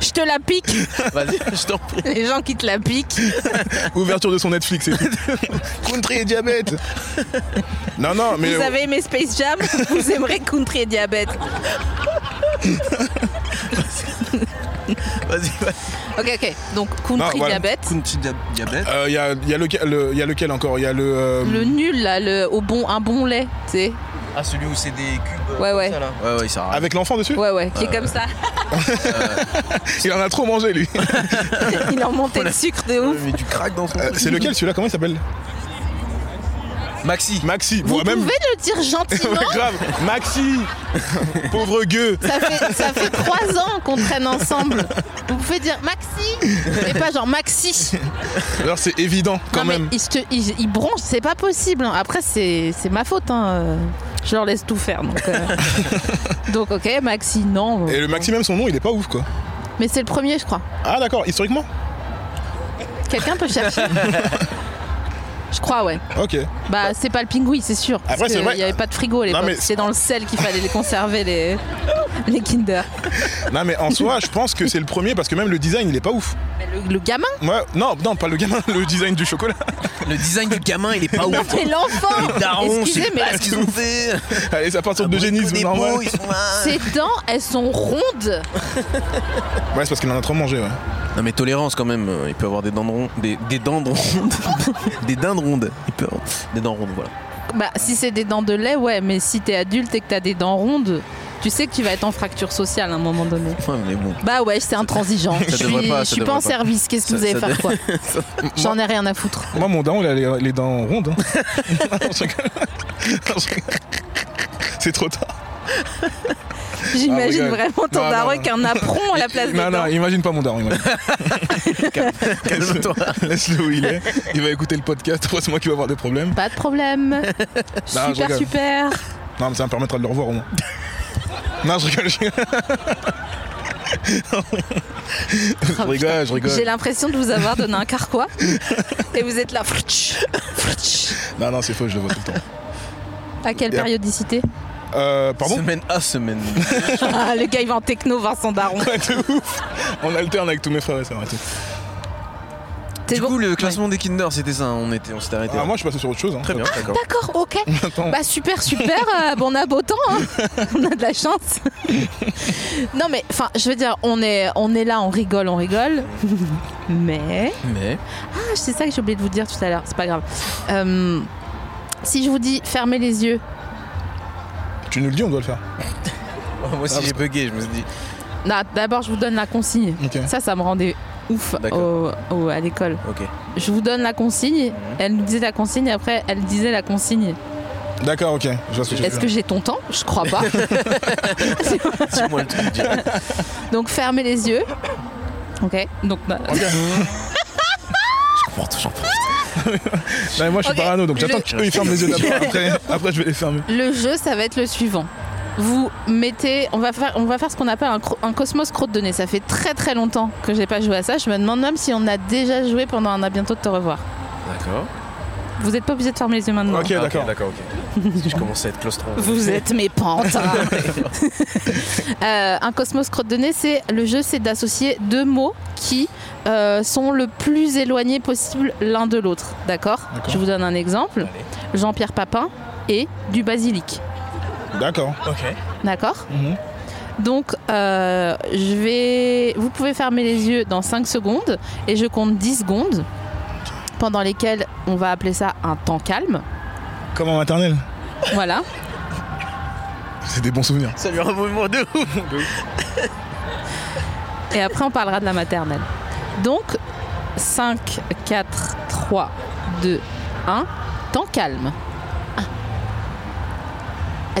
Speaker 1: Je te la pique.
Speaker 2: Vas-y, je t'en prie.
Speaker 1: Les gens qui te la piquent.
Speaker 3: Ouverture de son Netflix. et tout. Country et diabète. Non, non, mais.
Speaker 2: oh.
Speaker 1: Vous avez aimé Space Jam Vous aimerez Country et Diabète.
Speaker 2: Vas-y, vas-y.
Speaker 1: Ok, ok. Donc, Country
Speaker 3: Non, voilà.
Speaker 1: Diabète.
Speaker 2: Country dia- diabète.
Speaker 3: euh, Il y, a, y a lequel, le- y a lequel encore Il y a le. euh,
Speaker 1: Le nul, là, le, au bon, un bon lait, tu sais.
Speaker 2: Ah, celui où c'est des cubes. euh,
Speaker 1: Ouais, ouais.
Speaker 2: Ouais, ouais, il sert à rien.
Speaker 3: Avec l'enfant dessus
Speaker 1: Ouais, ouais, qui est comme ça.
Speaker 3: Il en a trop mangé, lui.
Speaker 1: Il en montait de sucre de ouf.
Speaker 2: Mais du crack dans son
Speaker 3: Euh,
Speaker 2: truc.
Speaker 3: c'est lequel celui-là Comment il s'appelle
Speaker 2: Maxi.
Speaker 3: Maxi.
Speaker 1: Vous
Speaker 3: Moi, même.
Speaker 1: pouvez le dire
Speaker 3: Ouais,
Speaker 1: gentiment
Speaker 3: grave. Maxi Pauvre gueux
Speaker 1: ça fait, ça fait trois ans qu'on traîne ensemble. Vous pouvez dire Maxi Mais pas genre Maxi
Speaker 3: Alors, c'est évident, quand
Speaker 1: non, mais
Speaker 3: même.
Speaker 1: ils, se- ils- ils bronchent, c'est pas possible. hein. Après, c'est c'est ma faute. hein, euh, Je leur laisse tout faire. Donc, euh. donc ok, Maxi, non.
Speaker 3: Et le Maxi, même son nom, il est pas ouf, quoi.
Speaker 1: Mais c'est le premier, je crois.
Speaker 3: Ah, d'accord, historiquement
Speaker 1: Quelqu'un peut chercher Je crois, ouais.
Speaker 3: Ok.
Speaker 1: Bah, c'est pas le pingouin, c'est sûr. Parce
Speaker 3: Après, Ah, c'est
Speaker 1: que
Speaker 3: vrai.
Speaker 1: Il n'y avait pas de frigo à l'époque.
Speaker 3: mais-
Speaker 1: C'est dans le sel qu'il fallait les conserver, les, les Kinder.
Speaker 3: Non, mais en soi, je pense que c'est le premier parce que même le design, il est pas ouf.
Speaker 1: Mais le, le gamin
Speaker 3: Moi, non, non, pas le gamin, le design du chocolat.
Speaker 2: Le design du gamin, il est pas
Speaker 1: Non,
Speaker 2: ouf.
Speaker 1: mais l'enfant
Speaker 2: Daron, je
Speaker 1: Excusez,
Speaker 2: sais
Speaker 1: mais
Speaker 2: pas ce qu'ils ont fait.
Speaker 3: Allez, ça part
Speaker 2: Ah
Speaker 3: sur l'eugénisme,
Speaker 2: Des
Speaker 3: normal.
Speaker 2: beaux, ils sont là.
Speaker 1: ses dents, elles sont rondes.
Speaker 3: Ouais, c'est parce qu'il en a trop mangé, ouais.
Speaker 2: Non mais tolérance quand même, euh, il peut avoir des dents de rondes, des, des dents de rondes, des dindes rondes, il peut avoir des dents rondes, voilà.
Speaker 1: Bah, si c'est des dents de lait, ouais, mais si t'es adulte et que t'as des dents rondes, tu sais que tu vas être en fracture sociale à un moment donné.
Speaker 2: Ouais, mais bon.
Speaker 1: Bah ouais, c'est intransigeant. Je
Speaker 2: devrait
Speaker 1: suis,
Speaker 2: pas, ça
Speaker 1: je suis
Speaker 2: devrait
Speaker 1: pas en
Speaker 2: pas.
Speaker 1: service, qu'est-ce que
Speaker 2: Ça-
Speaker 1: vous allez
Speaker 2: ça
Speaker 1: faire
Speaker 2: de-
Speaker 1: quoi J'en ai rien à foutre.
Speaker 3: Moi, mon daron, il a les, les dents rondes. hein. Non, je rigole. Non, je rigole. C'est trop tard.
Speaker 1: J'imagine
Speaker 3: Ah, oui,
Speaker 1: vraiment ton
Speaker 3: non, non,
Speaker 1: daron
Speaker 3: non.
Speaker 1: avec un apron à la place des
Speaker 3: non, non,
Speaker 1: dents.
Speaker 3: imagine pas mon daron. imagine.
Speaker 2: Calme-toi.
Speaker 3: Laisse-le où il est. Il va écouter le podcast. Heureusement qu'il va avoir des problèmes.
Speaker 1: Pas de problème.
Speaker 3: je
Speaker 1: super,
Speaker 3: rigole.
Speaker 1: super.
Speaker 3: Non, mais ça me permettra de le revoir au moins. non, je rigole. Je rigole. Je rigole, je rigole.
Speaker 1: Ah, J'ai l'impression de vous avoir donné un carquois et vous êtes là. fritch, fritch.
Speaker 3: Non, non, c'est faux, je le vois tout le temps.
Speaker 1: À quelle
Speaker 3: Yep.
Speaker 1: périodicité
Speaker 3: Euh, pardon
Speaker 2: Semaine à semaine.
Speaker 1: Ah, Le gars il va en techno voir son daron.
Speaker 3: Ouais, de ouf. On alterne avec tous mes frères et sœurs. et tout.
Speaker 1: C'est
Speaker 2: du
Speaker 1: bon
Speaker 2: coup le classement des Kinder c'était ça, hein. on était, on s'était arrêté.
Speaker 3: Ah,
Speaker 2: là.
Speaker 3: moi, je suis passé sur autre chose. hein.
Speaker 2: Très bien, d'accord.
Speaker 1: D'accord, ok.
Speaker 3: Attends.
Speaker 1: Bah super, super. euh, bon, on a beau temps, hein. on a de la chance. non mais, enfin, je veux dire, on est, on est là, on rigole, on rigole. mais,
Speaker 2: Mais
Speaker 1: ah, c'est ça que j'ai oublié de vous dire tout à l'heure. C'est pas grave. Euh, si je vous dis fermez les yeux,
Speaker 3: Tu nous le dis, on doit le faire.
Speaker 2: moi aussi j'ai bugué, je me suis dit.
Speaker 1: Non, d'abord je vous donne la consigne.
Speaker 3: Ok.
Speaker 1: Ça, ça me rendait ouf
Speaker 2: D'accord.
Speaker 1: au- au- à l'école.
Speaker 2: Ok.
Speaker 1: Je vous donne la
Speaker 3: Mhm.
Speaker 1: consigne. Elle nous disait la consigne, et après elle disait la consigne.
Speaker 3: D'accord, ok. Je vois ce que tu veux
Speaker 1: Est-ce
Speaker 3: dire.
Speaker 1: que j'ai ton temps Je crois pas.
Speaker 2: Dis-moi le truc. dis-moi.
Speaker 1: Donc fermez les yeux. Ok. Donc bah,
Speaker 2: Pour toujours plus.
Speaker 3: Non, mais moi je suis
Speaker 1: Ok.
Speaker 3: parano donc j'attends
Speaker 1: Le-
Speaker 3: qu'eux ils ferment les yeux d'abord après, après je vais les fermer.
Speaker 1: le jeu, ça va être le suivant. Vous mettez, on va faire, on va faire ce qu'on appelle un, cro- un cosmos crotte de nez. Ça fait très très longtemps que j'ai pas joué à ça. Je me demande même si on a déjà joué pendant un à bientôt de te revoir.
Speaker 2: D'accord.
Speaker 1: Vous n'êtes pas obligé de fermer les yeux maintenant.
Speaker 3: Ok,
Speaker 2: Ah,
Speaker 3: d'accord.
Speaker 2: D'accord, ok. Parce que je commençais à être claustro.
Speaker 1: Vous êtes mes pantins. Euh, un cosmos crotte de nez, c'est le jeu, c'est d'associer deux mots qui euh, sont le plus éloignés possible l'un de l'autre. D'accord
Speaker 3: D'accord.
Speaker 1: Je vous donne un exemple. Jean-Pierre Papin et du basilic.
Speaker 3: D'accord.
Speaker 2: Ok.
Speaker 1: D'accord
Speaker 3: Mhm.
Speaker 1: Donc, euh, je vais. Vous pouvez fermer les yeux dans 5 secondes et je compte 10 secondes pendant lesquelles on va appeler ça un temps calme.
Speaker 3: Comme en maternelle.
Speaker 1: Voilà.
Speaker 3: C'est des bons souvenirs.
Speaker 2: Ça lui rend un mouvement de ouf.
Speaker 1: Et après, on parlera de la maternelle. Donc, 5, 4, 3, 2, 1. Temps calme. 1.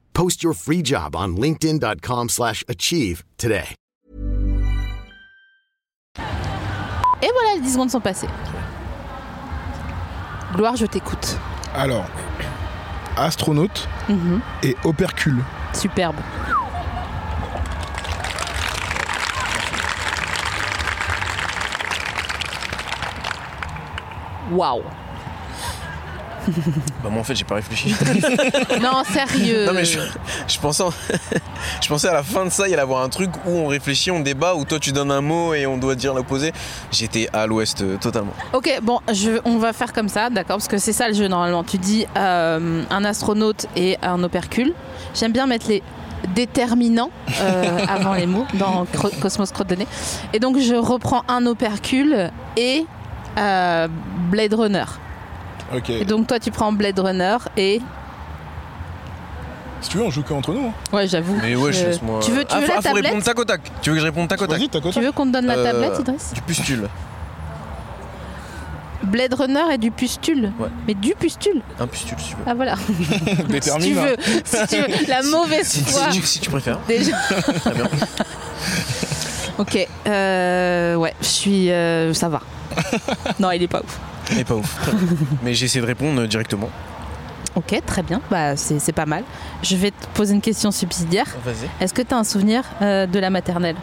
Speaker 4: Post your free job on linkedin.com/achieve slash achieve today.
Speaker 1: Et voilà, les 10 secondes sont passées. Gloire, je t'écoute.
Speaker 3: Alors, astronaute
Speaker 1: Mhm.
Speaker 3: et opercule.
Speaker 1: Superbe. Waouh.
Speaker 2: Bah, moi, en fait, j'ai pas réfléchi.
Speaker 1: Non, sérieux.
Speaker 2: Non mais je, je pensais, en- je pensais à la fin de ça, il y allait avoir un truc où on réfléchit, on débat, où toi tu donnes un mot et on doit dire l'opposé. J'étais à l'ouest euh, totalement.
Speaker 1: Ok, bon, je, on va faire comme ça, d'accord Parce que c'est ça le jeu normalement. Tu dis euh, un astronaute et un opercule. J'aime bien mettre les déterminants euh, avant les mots dans Cro- Cosmos Crotte de Nez. Et donc je reprends un opercule et euh, Blade Runner.
Speaker 3: Ok.
Speaker 1: Et donc toi tu prends Blade Runner et.
Speaker 3: Si tu veux, on joue que entre nous. hein.
Speaker 1: Ouais, j'avoue.
Speaker 2: Mais ouais,
Speaker 1: je-
Speaker 2: je laisse moi.
Speaker 1: Euh, Tu veux, tu
Speaker 2: ah,
Speaker 1: veux
Speaker 2: faut-
Speaker 1: la
Speaker 2: ah, faut
Speaker 1: tablette
Speaker 2: répondre tac au tac. Tu veux que je réponde tac au tac
Speaker 3: Vas-y, t'as quoi
Speaker 1: Tu veux qu'on te donne la
Speaker 2: Euh,
Speaker 1: tablette, Idriss
Speaker 2: Du pustule.
Speaker 1: Blade Runner et du pustule.
Speaker 2: Ouais.
Speaker 1: Mais du pustule
Speaker 2: Un pustule si tu veux.
Speaker 1: Ah voilà. si, tu
Speaker 3: Détermine.
Speaker 1: veux, si tu veux. La
Speaker 2: Si,
Speaker 1: mauvaise
Speaker 2: si
Speaker 1: foi.
Speaker 2: tu, si tu préfères.
Speaker 1: Déjà.
Speaker 2: Très bien.
Speaker 1: Ok, euh, ouais, je suis. euh, ça va. non, il est pas ouf.
Speaker 2: Mais pas ouf. Mais j'ai essayé de répondre euh, directement.
Speaker 1: Ok, très bien, bah, c'est c'est pas mal. Je vais te poser une question subsidiaire.
Speaker 2: Vas-y.
Speaker 1: Est-ce que tu as un souvenir euh, de la maternelle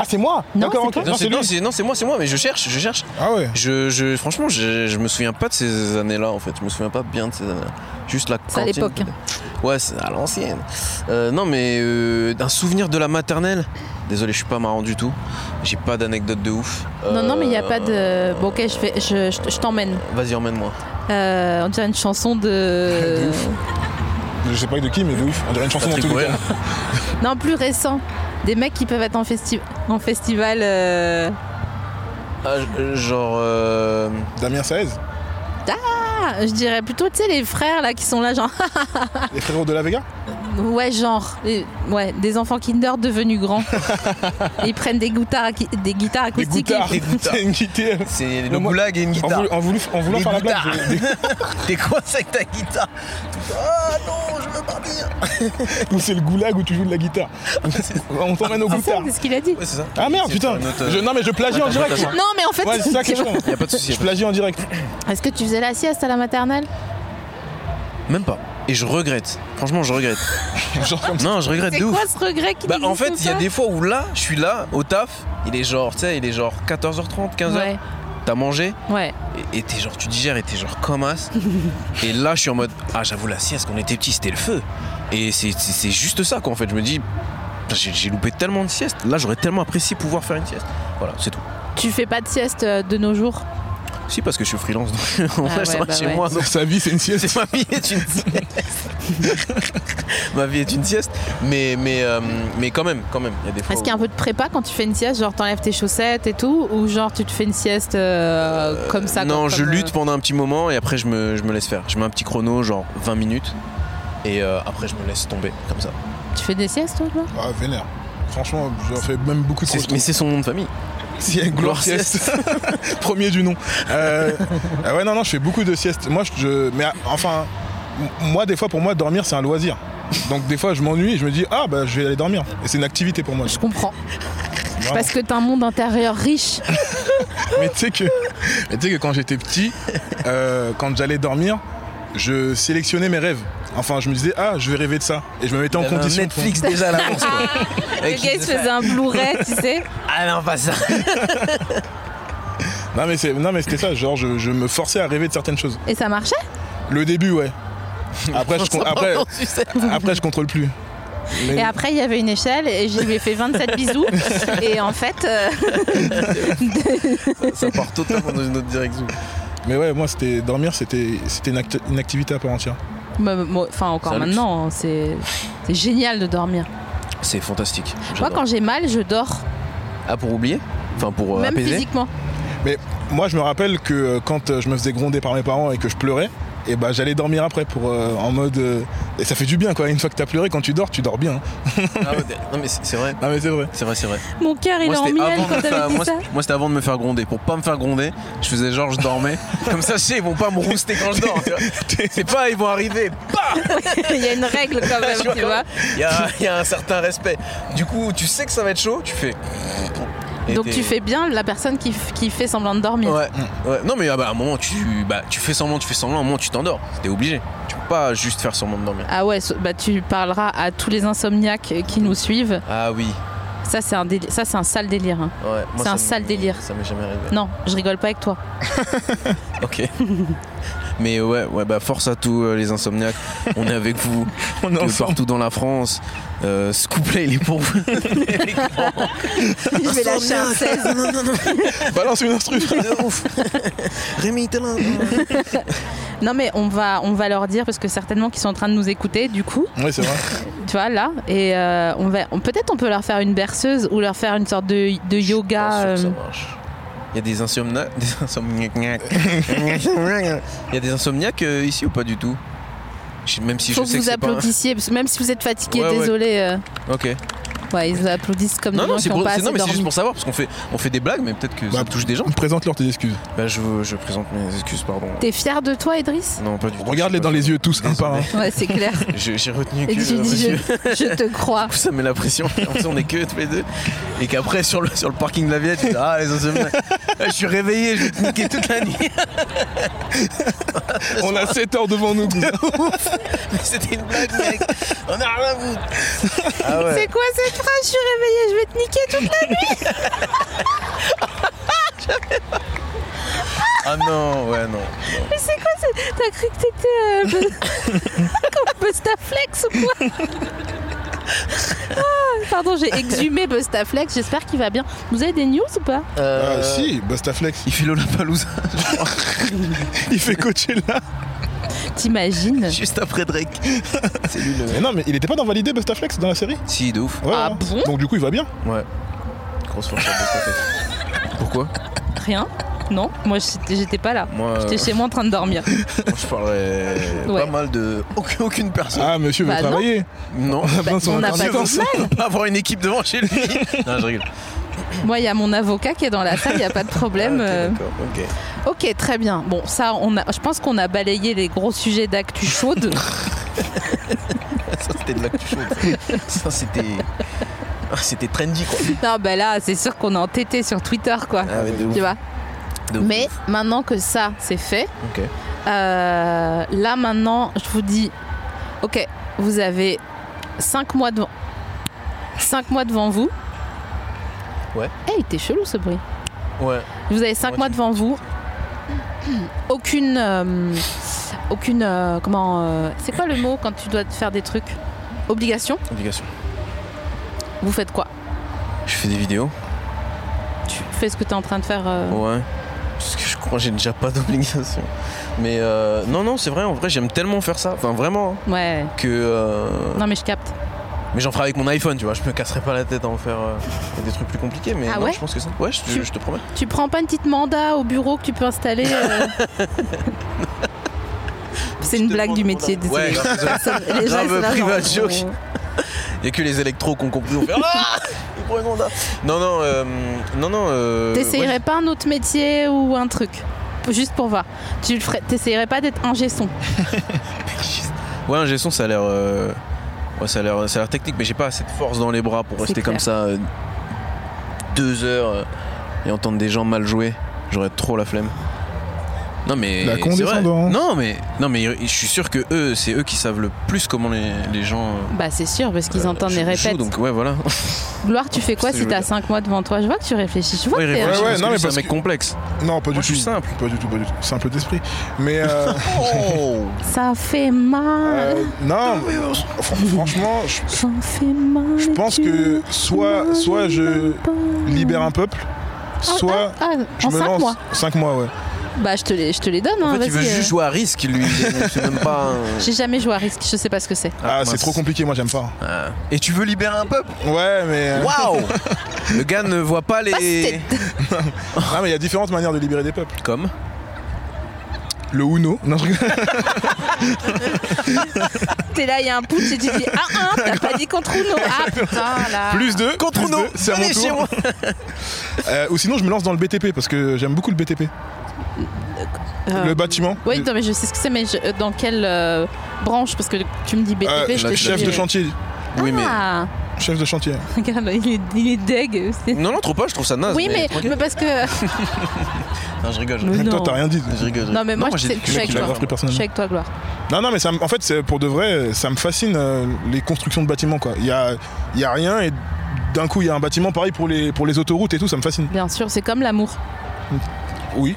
Speaker 3: Ah, c'est moi
Speaker 1: Non,
Speaker 3: D'accord,
Speaker 1: c'est toi.
Speaker 3: ok.
Speaker 2: Non, c'est
Speaker 3: lui.
Speaker 2: non, c'est- non, c'est moi, c'est moi, mais je cherche, je cherche.
Speaker 3: Ah ouais.
Speaker 2: Je, je- franchement, je, je me souviens pas de ces années-là en fait. Je me souviens pas bien de ces années-là. Juste la
Speaker 1: C'est à
Speaker 2: cantine.
Speaker 1: l'époque, hein.
Speaker 2: peut-être. Ouais, c'est à l'ancienne. Euh, non, mais euh, d'un souvenir de la maternelle. Désolé, je suis pas marrant du tout. J'ai pas d'anecdote de ouf.
Speaker 1: Non, non, mais il n'y a
Speaker 2: Euh,
Speaker 1: pas de. Bon, ok, je, fais, je, je- je t'emmène.
Speaker 2: Vas-y, emmène-moi.
Speaker 1: Euh, on dirait une chanson de.
Speaker 3: De ouf. Je sais pas de qui, mais de ouf. On dirait une chanson dans
Speaker 2: Patrick
Speaker 3: tous les
Speaker 2: Bruel.
Speaker 3: cas.
Speaker 1: non, plus récent. Des mecs qui peuvent être en, festi- en festival. euh,
Speaker 2: Ah, je- euh, genre. euh,
Speaker 3: Damien Saez,
Speaker 1: Ah, je dirais plutôt, tu sais, les frères là qui sont là, genre. Ah.
Speaker 3: les frérots de la Vega
Speaker 1: Ouais, genre, les- ouais, des enfants Kinder devenus grands. Ils prennent des guitares, acou- des guitares
Speaker 3: Des
Speaker 1: acoustiques.
Speaker 3: goûtards.
Speaker 2: Des goûtards.
Speaker 3: C'est une guitare.
Speaker 2: C'est le
Speaker 3: Non, moi-
Speaker 2: goulag et une
Speaker 3: En,
Speaker 2: guitare.
Speaker 3: voulu- en voulu- en voulant
Speaker 2: Les
Speaker 3: faire la blague.
Speaker 2: goûtards. T'es coincé avec ta guitare. Ah non, je veux pas bien.
Speaker 3: je- Ou c'est le goulag où tu joues de la guitare. On t'emmène au
Speaker 1: C'est ça,
Speaker 3: goûtard.
Speaker 1: Ah, c'est ce qu'il a dit.
Speaker 2: Ouais, c'est ça.
Speaker 3: Ah merde,
Speaker 2: C'est
Speaker 3: putain.
Speaker 2: sur une autre- euh,
Speaker 3: Je- non, mais je plagie en
Speaker 2: Attends,
Speaker 3: direct.
Speaker 2: attends,
Speaker 3: moi.
Speaker 1: Non, mais en fait,
Speaker 3: Ouais, c'est ça que je prends.
Speaker 2: Y a pas de souci. y
Speaker 3: Je
Speaker 2: a pas de-
Speaker 3: plagie en direct.
Speaker 1: est-ce que tu faisais la sieste à la maternelle
Speaker 2: Même pas. Et je regrette. Franchement, je regrette.
Speaker 3: Genre comme ça.
Speaker 2: Non, je regrette
Speaker 1: C'est
Speaker 2: de ouf.
Speaker 1: quoi ce regret qui
Speaker 2: Bah en
Speaker 1: n'existe
Speaker 2: fait, il y a
Speaker 1: pas
Speaker 2: des fois où là, je suis là au taf, il est genre, tu sais, il est genre 14h30, 15h,
Speaker 1: Ouais,
Speaker 2: t'as mangé
Speaker 1: ouais.
Speaker 2: et et t'es genre tu digères et t'es genre comme as. et là, je suis en mode ah, j'avoue la sieste quand on était petit, c'était le feu. Et c'est- c'est c'est juste ça quoi en fait, je me dis putain, j'ai j'ai loupé tellement de siestes. Là, j'aurais tellement apprécié pouvoir faire une sieste. Voilà, c'est tout.
Speaker 1: Tu fais pas de sieste euh, de nos jours
Speaker 2: Si parce que je suis freelance donc en
Speaker 1: Ah
Speaker 2: vrai, je
Speaker 1: ouais,
Speaker 2: travaille
Speaker 1: bah
Speaker 2: chez
Speaker 1: ouais.
Speaker 2: moi donc
Speaker 3: Sa vie, c'est une sieste.
Speaker 2: c'est- ma vie est une sieste. ma vie est une sieste, mais mais euh, mais quand même, quand même, il y a des fois.
Speaker 1: Est-ce qu'il y a un
Speaker 2: où-
Speaker 1: peu de prépa quand tu fais une sieste Genre, t'enlèves tes chaussettes et tout Ou genre, tu te fais une sieste euh, comme ça
Speaker 2: Non,
Speaker 1: quoi,
Speaker 2: je
Speaker 1: comme,
Speaker 2: lutte
Speaker 1: euh,
Speaker 2: pendant un petit moment et après je me, je me laisse faire. Je mets un petit chrono, genre 20 minutes, et euh, après je me laisse tomber comme ça.
Speaker 1: Tu fais des siestes, toi, toi
Speaker 3: Ah, vénère. Franchement, j'en fais même beaucoup trop.
Speaker 2: C'est- mais c'est son nom de famille.
Speaker 3: Si, gloire sieste. Premier du nom. Euh, euh, ouais, non, non, je fais beaucoup de siestes. Moi, je, je- mais ah, enfin, m- moi, des fois, pour moi, dormir, c'est un loisir. Donc, des fois, je m'ennuie et je me dis, ah, bah, je vais aller dormir. Et c'est une activité pour moi.
Speaker 1: Je comprends.
Speaker 3: Vraiment.
Speaker 1: Parce que t'as un monde intérieur riche.
Speaker 3: Mais tu sais que, mais tu sais que quand j'étais petit, euh, quand j'allais dormir, je sélectionnais mes rêves. Enfin, je me disais, ah, je vais rêver de ça. Et je me mettais en
Speaker 2: Il y avait un
Speaker 3: condition. pour-
Speaker 2: Euh, Netflix déjà à l'avance quoi.
Speaker 1: Le
Speaker 2: Et
Speaker 1: gars,
Speaker 2: qui
Speaker 1: il se faisait un Blu-ray, tu sais.
Speaker 2: Ah non, pas ça.
Speaker 3: Non, mais c'est- non, mais c'était ça. Genre, je, je me forçais à rêver de certaines choses.
Speaker 1: Et ça marchait
Speaker 3: Le début, ouais. Après, je, con- après,
Speaker 2: Tu sais.
Speaker 3: après, je contrôle plus. Mais-
Speaker 1: Et après, il y avait une échelle et je lui ai fait 27 bisous. Et en fait, euh,
Speaker 2: Ça part totalement dans une autre direction.
Speaker 3: Mais ouais, moi, c'était dormir, c'était c'était une, acti- une activité à part entière.
Speaker 1: bah, moi, enfin, encore
Speaker 2: C'est un luxe.
Speaker 1: maintenant, hein, c'est c'est génial de dormir.
Speaker 2: C'est fantastique.
Speaker 1: Moi, quand j'ai mal, je dors,
Speaker 2: Ah, pour oublier Enfin, pour euh,
Speaker 1: même
Speaker 2: apaiser
Speaker 1: physiquement.
Speaker 3: Mais moi, je me rappelle que euh, quand euh, je me faisais gronder par mes parents et que je pleurais, et bah, j'allais dormir après pour euh, en mode. euh, et ça fait du bien, quoi. Une fois que t'as pleuré, quand tu dors, tu dors bien. hein.
Speaker 2: Ah ouais, Non, mais c'est c'est vrai.
Speaker 3: Non, mais c'est vrai.
Speaker 2: C'est vrai, c'est vrai.
Speaker 1: Mon cœur, il est en
Speaker 2: c'était
Speaker 1: miel
Speaker 2: avant de
Speaker 1: quand
Speaker 2: me
Speaker 1: t'avais
Speaker 2: faire-
Speaker 1: dit
Speaker 2: moi,
Speaker 1: ça.
Speaker 2: c'était- moi, c'était avant de me faire gronder. Pour pas me faire gronder, je faisais genre je dormais. Comme ça, je sais, ils vont pas me rouster quand je dors. tu vois. C'est pas, ils vont arriver.
Speaker 1: il y a une règle quand même,
Speaker 2: Tu
Speaker 1: tu vois.
Speaker 2: Il y a, il y a un certain respect. Du coup, tu sais que ça va être chaud, tu fais. euh, Et
Speaker 1: Donc
Speaker 2: t'es-
Speaker 1: tu fais bien la personne qui, f- qui fait semblant de dormir.
Speaker 2: Ouais, ouais. Non, mais ah bah, à un moment, tu, bah, tu fais semblant, tu fais semblant, à un moment, tu t'endors. T'es obligé. Tu peux pas juste faire semblant de dormir.
Speaker 1: Ah ouais, so- bah tu parleras à tous les insomniaques qui nous suivent.
Speaker 2: Ah oui,
Speaker 1: Ça c'est un déli- ça c'est un sale délire. hein.
Speaker 2: ouais. moi,
Speaker 1: C'est
Speaker 2: ça
Speaker 1: un
Speaker 2: m'est-
Speaker 1: sale délire.
Speaker 2: Ça m'est jamais arrivé.
Speaker 1: Non, je rigole pas avec toi.
Speaker 2: Ok. Mais ouais, ouais, bah force à tous euh, les insomniaques. On est avec vous
Speaker 3: On est
Speaker 2: de
Speaker 3: ensemble.
Speaker 2: partout dans la France. Euh, ce couplet, il est pour vous.
Speaker 1: je vais lâcher un 16.
Speaker 3: Balance une instru.
Speaker 2: De ouf. Rémi, t'es là.
Speaker 1: Non mais on va on va leur dire parce que certainement qu'ils sont en train de nous écouter du coup,
Speaker 3: Ouais, c'est vrai.
Speaker 1: tu vois là et euh, on va on- peut-être on peut leur faire une berceuse ou leur faire une sorte de, de yoga.
Speaker 2: Je suis pas sûr que
Speaker 1: euh,
Speaker 2: Ça marche. Il y a des insomniaques. Des insomniaques. Il y a des insomniaques euh, ici ou pas du tout Je- Même si
Speaker 1: Faut
Speaker 2: je
Speaker 1: que
Speaker 2: sais que
Speaker 1: vous
Speaker 2: c'est pas. un-
Speaker 1: applaudissiez, parce que même si vous êtes fatigué,
Speaker 2: Ouais, ouais.
Speaker 1: désolé. euh,
Speaker 2: Ok.
Speaker 1: ouais, ils applaudissent comme
Speaker 2: Non,
Speaker 1: des
Speaker 2: non,
Speaker 1: gens
Speaker 2: c'est
Speaker 1: qui ont
Speaker 2: pour-
Speaker 1: pas
Speaker 2: c'est- non,
Speaker 1: assez
Speaker 2: mais c'est
Speaker 1: dormi.
Speaker 2: juste pour savoir parce qu'on fait, on fait des blagues, mais peut-être que ça
Speaker 3: Bah,
Speaker 2: touche des gens.
Speaker 3: Présente-leur tes excuses.
Speaker 2: Bah, je, je présente mes excuses, pardon.
Speaker 1: T'es fier de toi, Idriss
Speaker 2: Non, pas du tout.
Speaker 3: Regarde-les dans les yeux tous, un par un.
Speaker 1: Ouais, c'est clair.
Speaker 2: J'ai j'ai retenu que.
Speaker 1: Et tu
Speaker 2: euh,
Speaker 1: dis, je,
Speaker 2: monsieur-
Speaker 1: je te crois.
Speaker 2: coup, ça met la pression. En plus, on est que tous les deux. Et qu'après, sur le, sur le parking de la Villette, tu dis Ah, les insomniaques. Je suis réveillé, je vais te niquer toute la nuit.
Speaker 3: On a 7 heures devant nous.
Speaker 2: C'était une blague, mec. On a rien à foutre. Ah ouais.
Speaker 1: C'est quoi cette phrase Je suis réveillée, je vais te niquer toute la
Speaker 2: Ah non, ouais, non.
Speaker 1: nuit. C'est quoi c'est- T'as cru que t'étais euh, comme Bustaflex ou quoi Ah, Pardon, j'ai exhumé Bustaflex. J'espère qu'il va bien. Vous avez des news ou pas
Speaker 3: Ah, si, Bastaflex.
Speaker 2: Il fait Lollapalooza
Speaker 3: Il fait coacher là.
Speaker 1: T'imagines
Speaker 2: juste après Drake. C'est lui le.
Speaker 3: Mais non, mais il était pas dans Validé Bastaflex dans la série
Speaker 2: Si, de ouf.
Speaker 3: Ouais,
Speaker 1: Ah
Speaker 3: ouais.
Speaker 1: bon
Speaker 3: Donc, du coup, il va bien.
Speaker 2: Ouais. Grosse force Pourquoi
Speaker 1: Rien Non, moi j'étais j'étais pas là.
Speaker 2: Moi, euh,
Speaker 1: J'étais chez moi en train de dormir.
Speaker 2: je parlerais
Speaker 1: Ouais.
Speaker 2: pas mal de aucune, aucune personne.
Speaker 3: Ah, monsieur veut
Speaker 1: Bah, non.
Speaker 3: travailler.
Speaker 2: Non,
Speaker 1: Bah,
Speaker 3: besoin
Speaker 1: on n'a pas
Speaker 3: d'internet.
Speaker 1: dit ça.
Speaker 2: pas avoir une équipe devant chez lui. non, je rigole.
Speaker 1: Moi, il y a mon avocat qui est dans la salle, il n'y a pas de
Speaker 2: Ah,
Speaker 1: problème. euh,
Speaker 2: D'accord, ok.
Speaker 1: Ok, très bien. Bon, ça, on a, je pense qu'on a balayé les gros sujets d'actu chaude.
Speaker 2: Ça c'était de l'actu chaude. Ça c'était. Ah, C'était trendy quoi.
Speaker 1: non, bah là, c'est sûr qu'on est entêté sur Twitter, quoi.
Speaker 2: Ah, mais de ouf.
Speaker 1: tu vois.
Speaker 2: De ouf.
Speaker 1: Mais maintenant que ça, c'est fait,
Speaker 2: Ok.
Speaker 1: euh, là, maintenant, je vous dis, ok, vous avez 5 mois devant. 5 mois devant vous.
Speaker 2: Ouais.
Speaker 1: Eh, il était chelou ce bruit.
Speaker 2: Ouais.
Speaker 1: Vous avez 5
Speaker 2: Ouais,
Speaker 1: mois
Speaker 2: tu-
Speaker 1: devant vous. Aucune. euh, aucune. euh, comment. euh, c'est quoi le mot quand tu dois te faire des trucs Obligation
Speaker 2: Obligation.
Speaker 1: Vous faites quoi
Speaker 2: Je fais des vidéos.
Speaker 1: Tu fais ce que tu es en train de faire euh,
Speaker 2: Ouais. Parce que je crois que j'ai déjà pas d'obligation. Mais euh, non, non, c'est vrai. En vrai, j'aime tellement faire ça. Enfin, vraiment. hein,
Speaker 1: Ouais.
Speaker 2: Que. euh,
Speaker 1: Non mais je capte.
Speaker 2: Mais j'en ferai avec mon iPhone, tu vois. Je me casserai pas la tête à en faire euh, des trucs plus compliqués. Mais
Speaker 1: Ah
Speaker 2: non,
Speaker 1: ouais
Speaker 2: je pense que ça. Ouais, je,
Speaker 1: Tu-
Speaker 2: je te promets.
Speaker 1: Tu prends pas une petite mandat au bureau que tu peux installer euh, C'est une
Speaker 2: te
Speaker 1: blague
Speaker 2: prends
Speaker 1: du
Speaker 2: le
Speaker 1: métier,
Speaker 2: mandat.
Speaker 1: désolé.
Speaker 2: Ouais, grave, désolé.
Speaker 1: Personne- les gens,
Speaker 2: Grave
Speaker 1: ils sont là,
Speaker 2: private
Speaker 1: genre,
Speaker 2: joke.
Speaker 1: on-
Speaker 2: Y a que les électros qui ont compris. On fait, Ah pour une Honda. Non, non, euh, non, non. euh,
Speaker 1: T'essayerais
Speaker 2: ouais.
Speaker 1: pas un autre métier ou un truc Juste pour voir. Tu le ferais. T'essayerais pas d'être ingé son.
Speaker 2: Ouais, un gestion, ça a l'air. euh, ouais, ça a l'air, ça a l'air technique, mais j'ai pas assez de force dans les bras pour
Speaker 1: C'est
Speaker 2: rester comme
Speaker 1: clair.
Speaker 2: ça euh, deux heures euh, et entendre des gens mal jouer. J'aurais trop la flemme. Non mais
Speaker 3: La
Speaker 2: c'est
Speaker 3: condescendance.
Speaker 2: vrai. Non mais non mais je suis sûr que eux, c'est eux qui savent le plus comment les, les gens. euh,
Speaker 1: Bah c'est sûr parce qu'ils
Speaker 2: euh,
Speaker 1: entendent les
Speaker 2: jouent-
Speaker 1: répètes.
Speaker 2: jouent, donc ouais voilà.
Speaker 1: Gloire, tu fais quoi
Speaker 2: C'est ce
Speaker 1: si
Speaker 2: que je
Speaker 1: t'as
Speaker 2: veux
Speaker 1: 5 mois devant toi Je vois que tu réfléchis. Je vois
Speaker 2: Ouais,
Speaker 1: que
Speaker 2: ils
Speaker 1: t'es-
Speaker 2: réfléchissent
Speaker 3: ouais,
Speaker 2: parce
Speaker 3: non,
Speaker 2: que
Speaker 3: mais
Speaker 2: lui, c'est un
Speaker 3: parce
Speaker 2: mec
Speaker 3: que-
Speaker 2: complexe.
Speaker 1: Ah,
Speaker 3: Non, pas du
Speaker 2: Moi,
Speaker 3: tout.
Speaker 2: je suis simple.
Speaker 3: Pas du tout, pas du tout. Simple d'esprit. Mais. euh,
Speaker 1: ça fait mal.
Speaker 3: euh, non, fr- franchement, je
Speaker 1: J'en fais mal.
Speaker 3: je pense
Speaker 1: tu
Speaker 3: que
Speaker 1: m'en
Speaker 3: soit, soit je
Speaker 1: veux pas.
Speaker 3: libère un peuple,
Speaker 1: Ah,
Speaker 3: soit.
Speaker 1: ah, ah,
Speaker 3: Je
Speaker 1: en
Speaker 3: me
Speaker 1: 5
Speaker 3: lance.
Speaker 1: mois.
Speaker 3: 5 mois, ouais.
Speaker 1: Bah je te les, je te les donne.
Speaker 2: En
Speaker 1: hein,
Speaker 2: fait, il veut
Speaker 1: vas-y,
Speaker 2: juste
Speaker 1: euh.
Speaker 2: jouer à risque lui. C'est même pas. un-
Speaker 1: J'ai jamais joué à risque. Je sais pas ce que c'est.
Speaker 3: Ah, c'est
Speaker 2: mince.
Speaker 3: trop compliqué, moi j'aime pas.
Speaker 2: Ah. Et tu veux libérer un peuple
Speaker 3: Ouais, mais. euh,
Speaker 2: Waouh Le gars ne voit pas les.
Speaker 3: Non, mais il y a différentes manières de libérer des peuples.
Speaker 2: Comme
Speaker 3: Le Uno. Non, je rigole.
Speaker 1: T'es là, il y a un putsch et tu dis ah un. T'as pas dit contre nous. Ah putain là.
Speaker 3: Plus deux.
Speaker 2: Contre
Speaker 3: plus
Speaker 2: nous
Speaker 3: deux, C'est à mon
Speaker 2: Allez, chez
Speaker 3: tour.
Speaker 2: moi
Speaker 3: Euh, ou sinon, je me lance dans le BTP parce que j'aime beaucoup le BTP.
Speaker 1: Euh,
Speaker 3: Le bâtiment.
Speaker 1: Oui, non, mais je sais ce que c'est, mais je- euh, dans quelle euh, branche Parce que tu me dis BTP,
Speaker 3: Euh,
Speaker 1: je te
Speaker 3: chef de chantier.
Speaker 2: Oui, mais.
Speaker 1: Ah,
Speaker 3: Chef de chantier.
Speaker 1: regarde, il est, il est deg. euh, c'est-
Speaker 2: Non, non, trop pas, je trouve ça naze.
Speaker 1: oui, mais,
Speaker 2: tranquille.
Speaker 1: mais parce que. euh,
Speaker 2: Non, je rigole. je
Speaker 1: Mais
Speaker 2: rigole.
Speaker 3: Même toi,
Speaker 1: non.
Speaker 3: t'as rien dit.
Speaker 2: Je rigole. je rigole.
Speaker 1: Non, mais moi, je
Speaker 2: j'ai
Speaker 1: sais-
Speaker 2: dit que
Speaker 1: je suis
Speaker 2: le
Speaker 1: avec
Speaker 2: mec, il
Speaker 1: toi.
Speaker 2: l'a
Speaker 3: Pris
Speaker 2: vraiment.
Speaker 1: Je suis
Speaker 3: personnellement.
Speaker 1: avec toi, Gloire.
Speaker 3: Non, non, mais ça, me- en fait, c'est- pour de vrai, ça me fascine euh, les constructions de bâtiments. quoi. Il y a, il y a rien et d'un coup, il y a un bâtiment pareil pour les, pour les autoroutes et tout, ça me fascine.
Speaker 1: Bien sûr, c'est comme l'amour.
Speaker 3: Oui,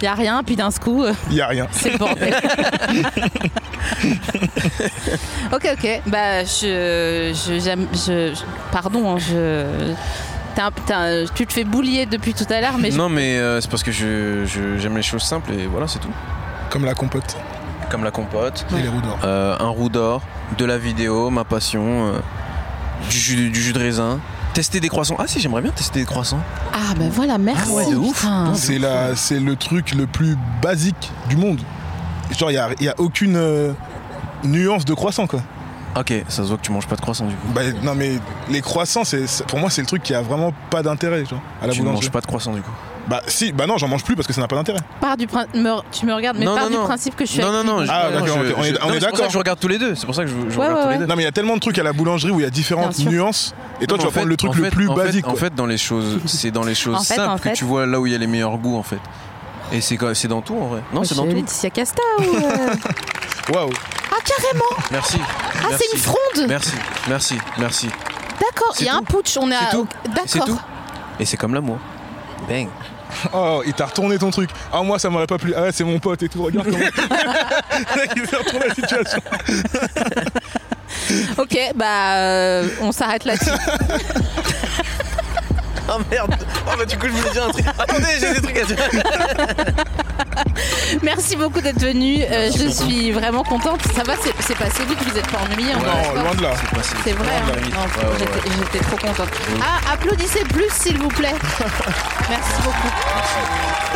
Speaker 1: Il a rien, puis d'un coup, euh,
Speaker 3: il y a rien.
Speaker 1: c'est le bordel. ok, ok. Bah, je. je, j'aime- je, je- pardon, hein, je. t'as un- t'as- tu te fais boulier depuis tout à l'heure, mais je-
Speaker 2: Non, mais euh, c'est parce que je- je- j'aime les choses simples et voilà, c'est tout.
Speaker 3: Comme la compote
Speaker 2: Comme la compote,
Speaker 3: et les roues d'or.
Speaker 2: euh, un roux d'or, de la vidéo, ma passion, euh, du, jus, du jus de raisin. Tester des croissants. Ah si, j'aimerais bien tester des croissants.
Speaker 1: Ah, bah voilà, merci.
Speaker 2: Ah ouais, de ouf.
Speaker 1: putain.
Speaker 3: C'est la- c'est le truc le plus basique du monde. Genre, il n'y a, il y a aucune euh, nuance de croissant, quoi.
Speaker 2: Ok, ça se voit que tu manges pas de croissants du coup.
Speaker 3: Bah, non, mais les croissants, c'est- c'est- pour moi, c'est le truc qui a vraiment pas d'intérêt, genre, à la
Speaker 2: tu ne
Speaker 3: boulangerie.
Speaker 2: manges pas de croissants du coup.
Speaker 3: Bah, si, bah non, j'en mange plus parce que ça n'a pas d'intérêt.
Speaker 1: Pars du prin- me- tu me regardes, mais
Speaker 2: Non,
Speaker 1: pars
Speaker 2: non,
Speaker 1: du
Speaker 2: non.
Speaker 1: principe que je suis
Speaker 2: Non, non,
Speaker 1: avec
Speaker 2: non,
Speaker 1: lui.
Speaker 2: je-
Speaker 3: Ah, d'accord,
Speaker 2: je-
Speaker 3: ok, on est-
Speaker 2: je-
Speaker 3: on
Speaker 2: non, mais
Speaker 3: est
Speaker 2: C'est pour ça
Speaker 3: d'accord.
Speaker 2: que je regarde tous les deux. C'est pour ça que je, je
Speaker 1: Ouais,
Speaker 2: regarde tous
Speaker 1: ouais,
Speaker 2: les deux.
Speaker 3: Non, mais il y a tellement de trucs à la boulangerie où il y a
Speaker 1: Bien
Speaker 3: différentes
Speaker 1: sûr.
Speaker 3: nuances. Et toi,
Speaker 2: Non,
Speaker 3: tu vas
Speaker 2: en fait-
Speaker 3: prendre le truc
Speaker 2: en
Speaker 3: le
Speaker 2: fait-
Speaker 3: plus
Speaker 2: en fait-
Speaker 3: basique.
Speaker 2: En
Speaker 3: quoi.
Speaker 2: fait, dans les choses, c'est dans les choses
Speaker 1: En fait,
Speaker 2: simples
Speaker 1: en fait.
Speaker 2: que tu vois là où il y a les meilleurs goûts en fait. Et c'est quand- c'est dans tout en vrai. Non, c'est dans
Speaker 1: Chez
Speaker 2: tout.
Speaker 1: Oh, Laetitia Casta ou. euh,
Speaker 3: Waouh.
Speaker 1: Ah, carrément
Speaker 2: Merci.
Speaker 1: Ah, c'est une fronde
Speaker 2: Merci, merci, merci.
Speaker 1: D'accord,
Speaker 2: C'est
Speaker 1: il y a un
Speaker 2: tout.
Speaker 1: putsch, on est à.
Speaker 2: C'est tout. C'est
Speaker 1: Ah, D'accord.
Speaker 2: tout. Et c'est comme l'amour. Bang.
Speaker 3: Oh, il t'a retourné ton truc. Ah, moi, ça m'aurait pas plu. Ah, ouais, c'est mon pote et tout. Regarde comment. il s'est retourné la situation.
Speaker 1: Ok, bah, euh, on s'arrête là-dessus.
Speaker 2: Oh merde. Oh bah du coup je voulais dire un truc. Attendez, j'ai des trucs à dire.
Speaker 1: Merci beaucoup d'être venu. euh, je suis vraiment contente. Ça va, c'est c'est passé vite, vous êtes pas ennuyés. on est
Speaker 3: Non,
Speaker 1: d'accord.
Speaker 3: loin de là.
Speaker 1: C'est vrai, hein. Non, j'étais- j'étais trop contente. Ah, applaudissez plus, s'il vous plaît. Merci beaucoup.